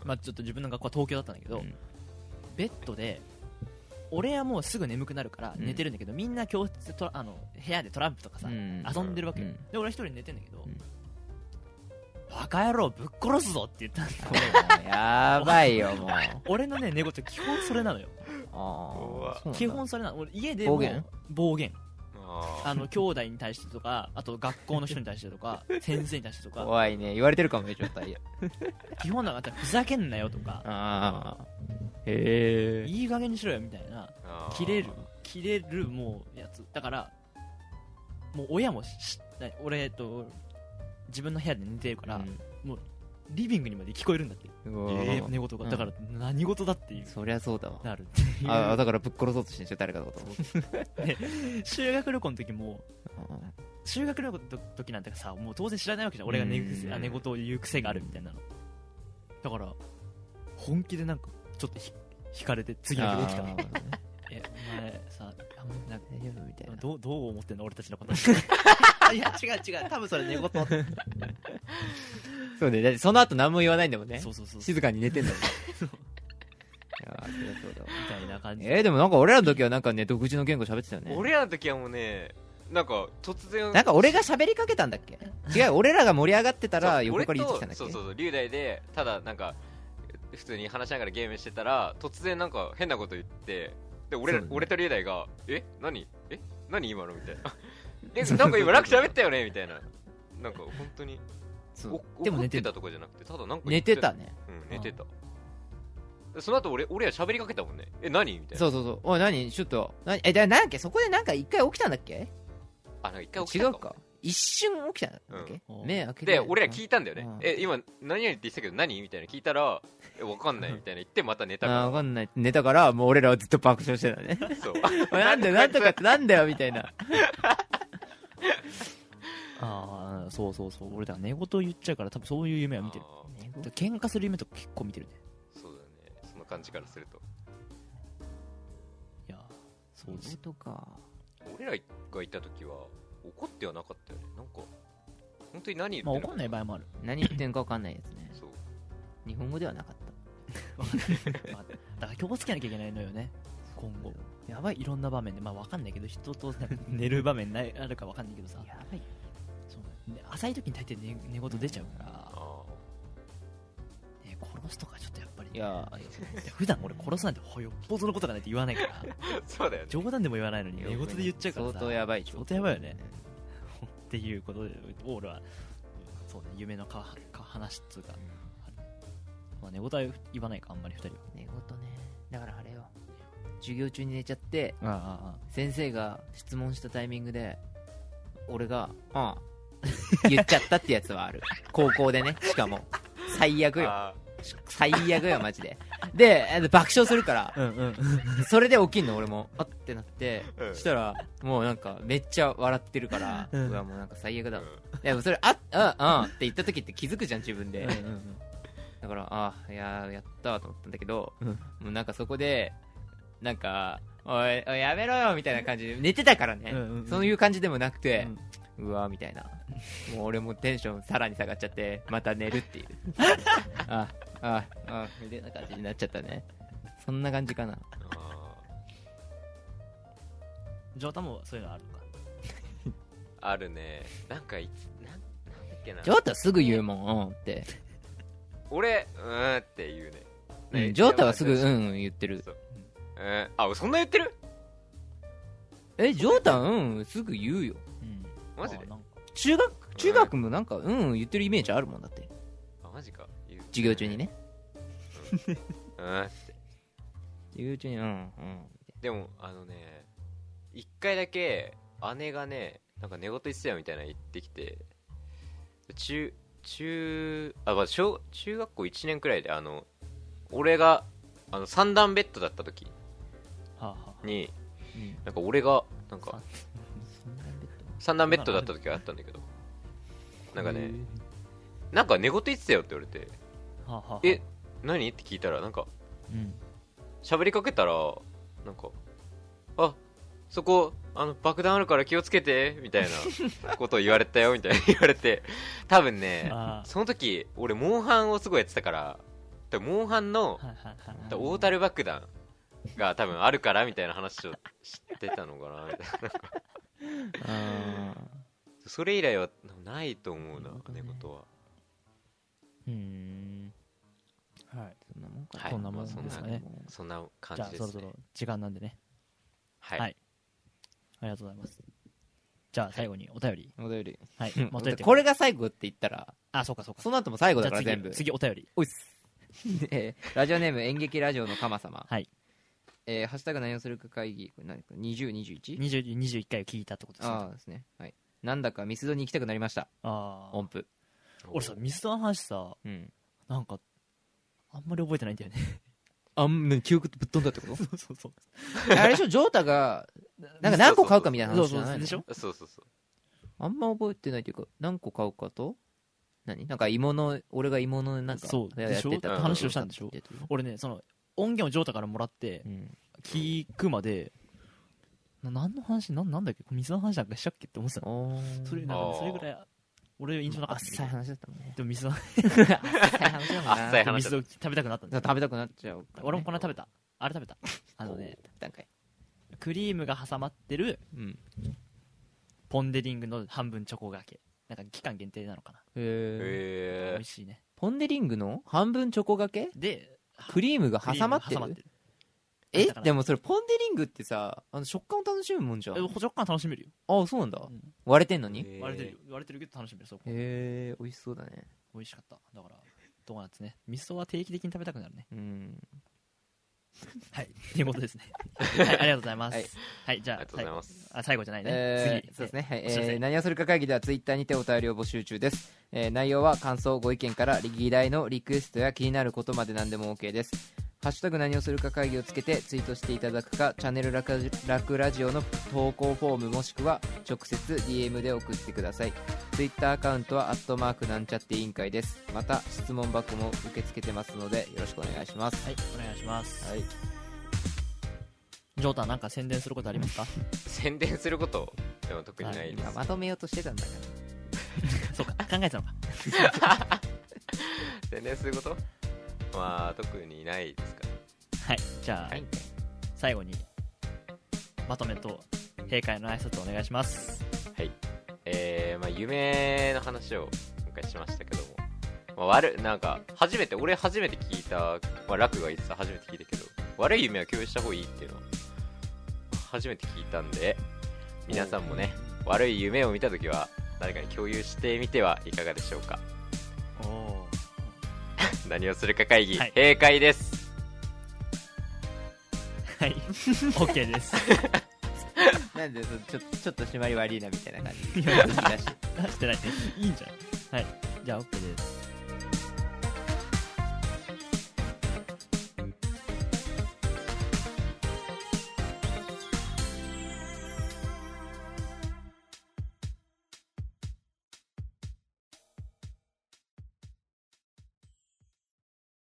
[SPEAKER 2] まあ、ちょっと自分の学校は東京だったんだけど、
[SPEAKER 4] うん
[SPEAKER 2] ベッドで俺はもうすぐ眠くなるから
[SPEAKER 4] うん
[SPEAKER 2] 寝てるんだけど、みんな教室でトラあの部屋でトランプとかさ、
[SPEAKER 4] うん
[SPEAKER 2] 遊んでるわけ、
[SPEAKER 4] うん
[SPEAKER 2] で俺は一人で寝てんだけど、
[SPEAKER 4] うん
[SPEAKER 2] バカ野郎ぶっ殺すぞって言ったんだ
[SPEAKER 4] やばい よもう
[SPEAKER 2] 俺のね寝言基本それなのよ
[SPEAKER 3] う
[SPEAKER 4] あ
[SPEAKER 3] わ
[SPEAKER 4] あ
[SPEAKER 2] 基本それなの俺家で
[SPEAKER 4] 暴言
[SPEAKER 2] 暴言
[SPEAKER 3] あー
[SPEAKER 2] あの兄弟に対してとか あと学校の人に対してとか 先生に対してとか
[SPEAKER 4] 怖いね言われてるかもねちょっと
[SPEAKER 2] 基本なんかあったらふざけんなよとか
[SPEAKER 4] ああへえ
[SPEAKER 2] いい加減にしろよみたいな
[SPEAKER 3] あー
[SPEAKER 2] 切れる切れるもうやつだからもう親もしな俺えっと自分の部屋で寝てるから、リビングにまで聞こえるんだって、えー寝言が、
[SPEAKER 4] うん
[SPEAKER 2] だから何事だっていう
[SPEAKER 4] そりゃそうだわ
[SPEAKER 2] なるっていう
[SPEAKER 4] ああだからぶっ殺そうとしてんじゃん誰かのこと
[SPEAKER 2] 修学旅行の時も
[SPEAKER 4] うん
[SPEAKER 2] 修学旅行の時なんてさもう当然知らないわけじゃん俺が寝癖
[SPEAKER 4] うん
[SPEAKER 2] あ寝言を言う癖があるみたいなのだから本気でなんかちょっとひ引かれて次の日起きた
[SPEAKER 4] あ
[SPEAKER 2] の
[SPEAKER 4] ー
[SPEAKER 2] えお前さあもうなんか
[SPEAKER 4] 大丈夫みたいな
[SPEAKER 2] どうどう思ってんの俺たちのこといや違う違う多分それ寝言
[SPEAKER 4] そうねだってその後何も言わないんだもん ね
[SPEAKER 2] そうそうそうみ
[SPEAKER 4] 静かに寝てんだもんねいやーそりゃそうだわ
[SPEAKER 2] たいな感じ
[SPEAKER 4] えー、でもなんか俺らの時はなんかね独自の言語喋ってたよね
[SPEAKER 3] 俺らの時はもうねなんか突然
[SPEAKER 4] なんか俺が喋りかけたんだっけ違う俺らが盛り上がってたら
[SPEAKER 3] そう
[SPEAKER 4] 横から言ってきたん
[SPEAKER 3] 俺
[SPEAKER 4] だ
[SPEAKER 3] と
[SPEAKER 4] っ
[SPEAKER 3] そう
[SPEAKER 4] け
[SPEAKER 3] そうそう龍大でただなんか普通に話しながらゲームしてたら突然なんか変なこと言ってで俺ら
[SPEAKER 4] そうだね
[SPEAKER 3] 俺と龍大が「え何え何今の?」みたい な「えなんか今楽喋ったよね?」みたいななんか本当に
[SPEAKER 4] そう
[SPEAKER 3] お
[SPEAKER 4] でも
[SPEAKER 3] 怒
[SPEAKER 4] 寝
[SPEAKER 3] ってて
[SPEAKER 4] た
[SPEAKER 3] たとかじゃなくてただなんか言
[SPEAKER 4] 寝
[SPEAKER 3] って
[SPEAKER 4] てたね
[SPEAKER 3] うん寝てたでその後俺俺ら喋りかけたもんね「え何?」みたいな
[SPEAKER 4] そうそうそうおい何ちょっと何えだなんだっけそこでなんか一回起きたんだっけ
[SPEAKER 3] あなんか一回起き
[SPEAKER 4] 違
[SPEAKER 3] た
[SPEAKER 4] うか一瞬起きたんだっけ、
[SPEAKER 2] うん
[SPEAKER 4] 目開けて
[SPEAKER 3] で俺ら聞いたんだよね
[SPEAKER 4] うん
[SPEAKER 3] 「え今何々って言ってたけど何?」みたいな聞いたら「えわかんない」みたいな言ってまた寝た
[SPEAKER 4] あー
[SPEAKER 3] か
[SPEAKER 4] わかんない寝たからもう俺らはずっと爆笑して たね
[SPEAKER 3] ら そう
[SPEAKER 4] おいなんだよなんとかってなんだよみたいな
[SPEAKER 2] ああそうそうそう俺だから寝言言っちゃうから多分そういう夢は見てる
[SPEAKER 3] あ
[SPEAKER 2] だから喧嘩する夢とか結構見てるね
[SPEAKER 3] ーそうだねその感じからすると
[SPEAKER 2] いやそうです
[SPEAKER 4] とか
[SPEAKER 3] 俺らがいた時は怒ってはなかったよねなんか本当に何言って
[SPEAKER 2] まあ
[SPEAKER 3] る
[SPEAKER 2] 怒んない場合もある
[SPEAKER 4] 何言ってんかわかんないですね
[SPEAKER 3] そう
[SPEAKER 4] 日本語ではなかった
[SPEAKER 2] まあだから気をつけなきゃいけないのよね今後やばいいろんな場面でまあわかんないけど人となんか寝る場面ないあるかわかんないけどさ
[SPEAKER 4] やばい
[SPEAKER 2] そうね浅い時に大抵寝寝言出ちゃうから、
[SPEAKER 3] あ
[SPEAKER 2] ね殺すとかちょっとやっぱり
[SPEAKER 4] いや
[SPEAKER 2] いや普段俺殺すなんてほよっぽどのことがないって言わないから
[SPEAKER 3] ー そうだよね
[SPEAKER 2] 冗談でも言わないのに寝言で言っちゃうからさ
[SPEAKER 4] 相当やばい
[SPEAKER 2] 相当やばいよねっていうことでオールはそうね夢のかか話っつうかあるまあ、寝言は言わないかあんまり2人は
[SPEAKER 4] 寝言ねだからあれよ授業中に寝ちゃって
[SPEAKER 2] あああ
[SPEAKER 4] 先生が質問したタイミングで俺が「ああ」言っちゃったってやつはある高校でねしかも最悪よ
[SPEAKER 3] あ
[SPEAKER 4] 最悪よマジでであの爆笑するから
[SPEAKER 2] うんうん
[SPEAKER 4] それで起きんの俺もあってなって
[SPEAKER 3] うん
[SPEAKER 4] したらもうなんかめっちゃ笑ってるから
[SPEAKER 2] うん
[SPEAKER 4] うわもうなんか最悪だ
[SPEAKER 3] ーう
[SPEAKER 4] い
[SPEAKER 3] ん
[SPEAKER 4] やでもそれ「あうんうん」って言った時って気づくじゃん自分で
[SPEAKER 2] うん うん
[SPEAKER 4] だからああいやーやったーと思ったんだけど
[SPEAKER 2] うん
[SPEAKER 4] もうなんかそこでなんかおいおいやめろよみたいな感じで寝てたからね、
[SPEAKER 2] うんうんうん
[SPEAKER 4] そういう感じでもなくて、うわーみたいなもう俺もテンションさらに下がっちゃってまた寝 るっていうあああみたいな感じになっちゃったねそんな感じかな
[SPEAKER 3] あ
[SPEAKER 2] ジョータもそういうのあるか
[SPEAKER 3] ーあるねなんかいつなんなんだっけな
[SPEAKER 4] ジョータすぐ言うもん、うんって、
[SPEAKER 3] 俺うーんって言うね
[SPEAKER 4] う
[SPEAKER 3] ね
[SPEAKER 4] ん、ジョータはすぐ
[SPEAKER 3] いや
[SPEAKER 4] うんうん言ってる
[SPEAKER 3] そうえーあそんな言ってる
[SPEAKER 4] えジョータうんうんすぐ言うよ
[SPEAKER 2] うん
[SPEAKER 3] マジで
[SPEAKER 2] あなんか
[SPEAKER 4] 中学中学もなんかうんうん言ってるイメージあるもんだって
[SPEAKER 3] あマジか言う
[SPEAKER 4] 授業中にね
[SPEAKER 3] うんうんって
[SPEAKER 4] 授業中にうんうん
[SPEAKER 3] でもあのね一回だけ姉がねなんか寝言言ってたよみたいなの言ってきて中中あ、まあ、小中学校1年くらいであの俺があの三段ベッドだった時
[SPEAKER 2] はあはあ
[SPEAKER 3] に
[SPEAKER 4] うん
[SPEAKER 3] なんか俺がなんか
[SPEAKER 2] 三
[SPEAKER 4] そんなこと
[SPEAKER 3] 三段ベッドだった時があったんだけどなんかねなんか寝言言ってたよって言われて
[SPEAKER 2] はあはあはあ
[SPEAKER 3] え何って聞いたらなんか
[SPEAKER 2] うん
[SPEAKER 3] 喋りかけたらなんかあそこあの爆弾あるから気をつけてみたいなことを言われたよみたいな 言われて多分ね
[SPEAKER 2] あ
[SPEAKER 3] その時俺モンハンをすごいやってたから多分モンハンの
[SPEAKER 2] あはいはいはいはい
[SPEAKER 4] だ
[SPEAKER 3] 大樽爆弾が多分あるからみたいな話をしてたのかなみたいな
[SPEAKER 4] あ
[SPEAKER 3] それ以来はないと思うな
[SPEAKER 4] なるほど
[SPEAKER 3] 寝
[SPEAKER 4] ね
[SPEAKER 3] 言は
[SPEAKER 4] ーうん
[SPEAKER 2] はい
[SPEAKER 4] そんなもんか
[SPEAKER 3] はいそんなもん
[SPEAKER 2] ですかね
[SPEAKER 3] そんな感
[SPEAKER 2] じゃあ
[SPEAKER 3] じで
[SPEAKER 2] そろ
[SPEAKER 3] す
[SPEAKER 2] そろ
[SPEAKER 3] ね
[SPEAKER 2] 時間なんでね
[SPEAKER 3] はい、
[SPEAKER 2] はいありがとうございますじゃあ最後にお便り
[SPEAKER 4] お便り
[SPEAKER 2] はい持ってって
[SPEAKER 4] これが最後って言ったら
[SPEAKER 2] あそうかそうか
[SPEAKER 4] その後も最後だから
[SPEAKER 2] じゃあ
[SPEAKER 4] 全
[SPEAKER 2] 次
[SPEAKER 4] 部
[SPEAKER 2] 次お便り
[SPEAKER 4] おいっすえー ラジオネーム演劇ラジオの鎌様
[SPEAKER 2] はい
[SPEAKER 4] えーハッシュタグ何をするか会議これ何 2021?
[SPEAKER 2] 20 21回を聞いたってことですね
[SPEAKER 4] ああですねはいなんだかミスドに行きたくなりました
[SPEAKER 2] ああ
[SPEAKER 4] 音符
[SPEAKER 2] 俺さ水戸の話さ
[SPEAKER 4] うん
[SPEAKER 2] なんかあんまり覚えてないんだよね
[SPEAKER 4] あんな記憶ぶっ飛んだってこ
[SPEAKER 2] そうそうそう
[SPEAKER 4] と あれでしょジョータがなんか何個買うかみたいな
[SPEAKER 2] そう
[SPEAKER 4] 話じ
[SPEAKER 2] そ
[SPEAKER 4] ゃないうの
[SPEAKER 2] でしょ
[SPEAKER 3] そうそうそう
[SPEAKER 4] あんま覚えてないというか何個買うかと何なんか芋の俺が芋のなんか
[SPEAKER 2] そう
[SPEAKER 4] や
[SPEAKER 2] でしょ
[SPEAKER 4] ってた
[SPEAKER 3] うん話
[SPEAKER 2] をしたんでしょ
[SPEAKER 4] やってた
[SPEAKER 2] 俺ねその音源をジョータからもらって
[SPEAKER 4] うん
[SPEAKER 2] 聞くまでな何の話なんなんだっけこれ水の話なんかしたっけって思ってたの
[SPEAKER 4] おー
[SPEAKER 2] それなんかねそれぐらい俺印象なかったんだけ
[SPEAKER 4] 浅
[SPEAKER 2] ど
[SPEAKER 4] い話だったもんね
[SPEAKER 2] でも水の
[SPEAKER 4] 浅い話だもんな
[SPEAKER 3] 浅い話
[SPEAKER 2] 水を食べたくなったんだ
[SPEAKER 4] 食べたくなっちゃうからね
[SPEAKER 2] 俺もこの間食べたあれ食べたあのね
[SPEAKER 4] おー食べたんかい
[SPEAKER 2] クリームが挟まってる
[SPEAKER 4] うん
[SPEAKER 2] ポン・デ・リングの半分チョコがけなんか期間限定なのかな美
[SPEAKER 3] へ
[SPEAKER 4] へー
[SPEAKER 3] え
[SPEAKER 2] 味しいね
[SPEAKER 4] ポン・デ・リングの半分チョコがけ
[SPEAKER 2] で
[SPEAKER 4] クリームが
[SPEAKER 2] クリー
[SPEAKER 4] 挟ま
[SPEAKER 2] ム
[SPEAKER 4] って
[SPEAKER 2] 挟まって
[SPEAKER 4] る
[SPEAKER 2] る
[SPEAKER 4] え
[SPEAKER 2] だから
[SPEAKER 4] でもそれポン・デ・リングってさあの食感を楽しむもんじゃん
[SPEAKER 2] え補助感楽しめるよ
[SPEAKER 4] あそうなんだ
[SPEAKER 2] うん
[SPEAKER 4] 割れてんのにへ
[SPEAKER 2] 割れてるよ割れてるけど楽しめるそう
[SPEAKER 4] え美味しそうだね
[SPEAKER 2] 美味しかっただからドーナツね味噌は定期的に食べたくなるね
[SPEAKER 4] うん
[SPEAKER 2] はいということですねはいありがとうございますは
[SPEAKER 4] はいい、
[SPEAKER 2] じゃあ
[SPEAKER 3] ありがとうございます
[SPEAKER 2] 最後あ最後じゃないね、
[SPEAKER 4] えー
[SPEAKER 2] 次
[SPEAKER 4] そうですね、はい
[SPEAKER 2] お知らせ
[SPEAKER 4] えー何をするか会議ではツイッターにてお便りを募集中です、えー内容は感想ご意見から議題のリクエストや気になることまで何でも OK です「ハッシュタグ何をするか会議」をつけてツイートしていただくかチャンネルラクラジラクラジオの投稿フォームもしくは直接 DM で送ってくださいツイッターアカウントは「アットマークなんちゃって委員会」ですまた質問箱も受け付けてますのでよろしくお願いします
[SPEAKER 2] はいお願いします、
[SPEAKER 4] はい
[SPEAKER 2] ジョータなんか宣伝することあり ますか
[SPEAKER 3] 宣伝することでも特にないです
[SPEAKER 4] 今まとめようとしてたんだから
[SPEAKER 2] そうか考えてたのか
[SPEAKER 3] 宣伝することまあ特にないですかね
[SPEAKER 2] はいじゃあ、
[SPEAKER 3] はい
[SPEAKER 2] 最後にまとめと閉会の挨拶お願いします
[SPEAKER 3] はいえー、まあ夢の話を今回しましたけども、まあ、悪いなんか初めて俺初めて聞いた、まあ、ラクが言ってた初めて聞いたけど悪い夢は共有した方がいいっていうのは初めて聞いたんで皆さんもね悪い夢を見た時は誰かに共有してみてはいかがでしょうか
[SPEAKER 2] おお
[SPEAKER 3] 何をするか会議、
[SPEAKER 2] はい
[SPEAKER 3] 閉会です
[SPEAKER 2] はい OK です
[SPEAKER 4] なんでそうちょっとちょっ と締まり悪いなみたいな感じ出して
[SPEAKER 2] 出してないいいんじゃないはいじゃあ OK です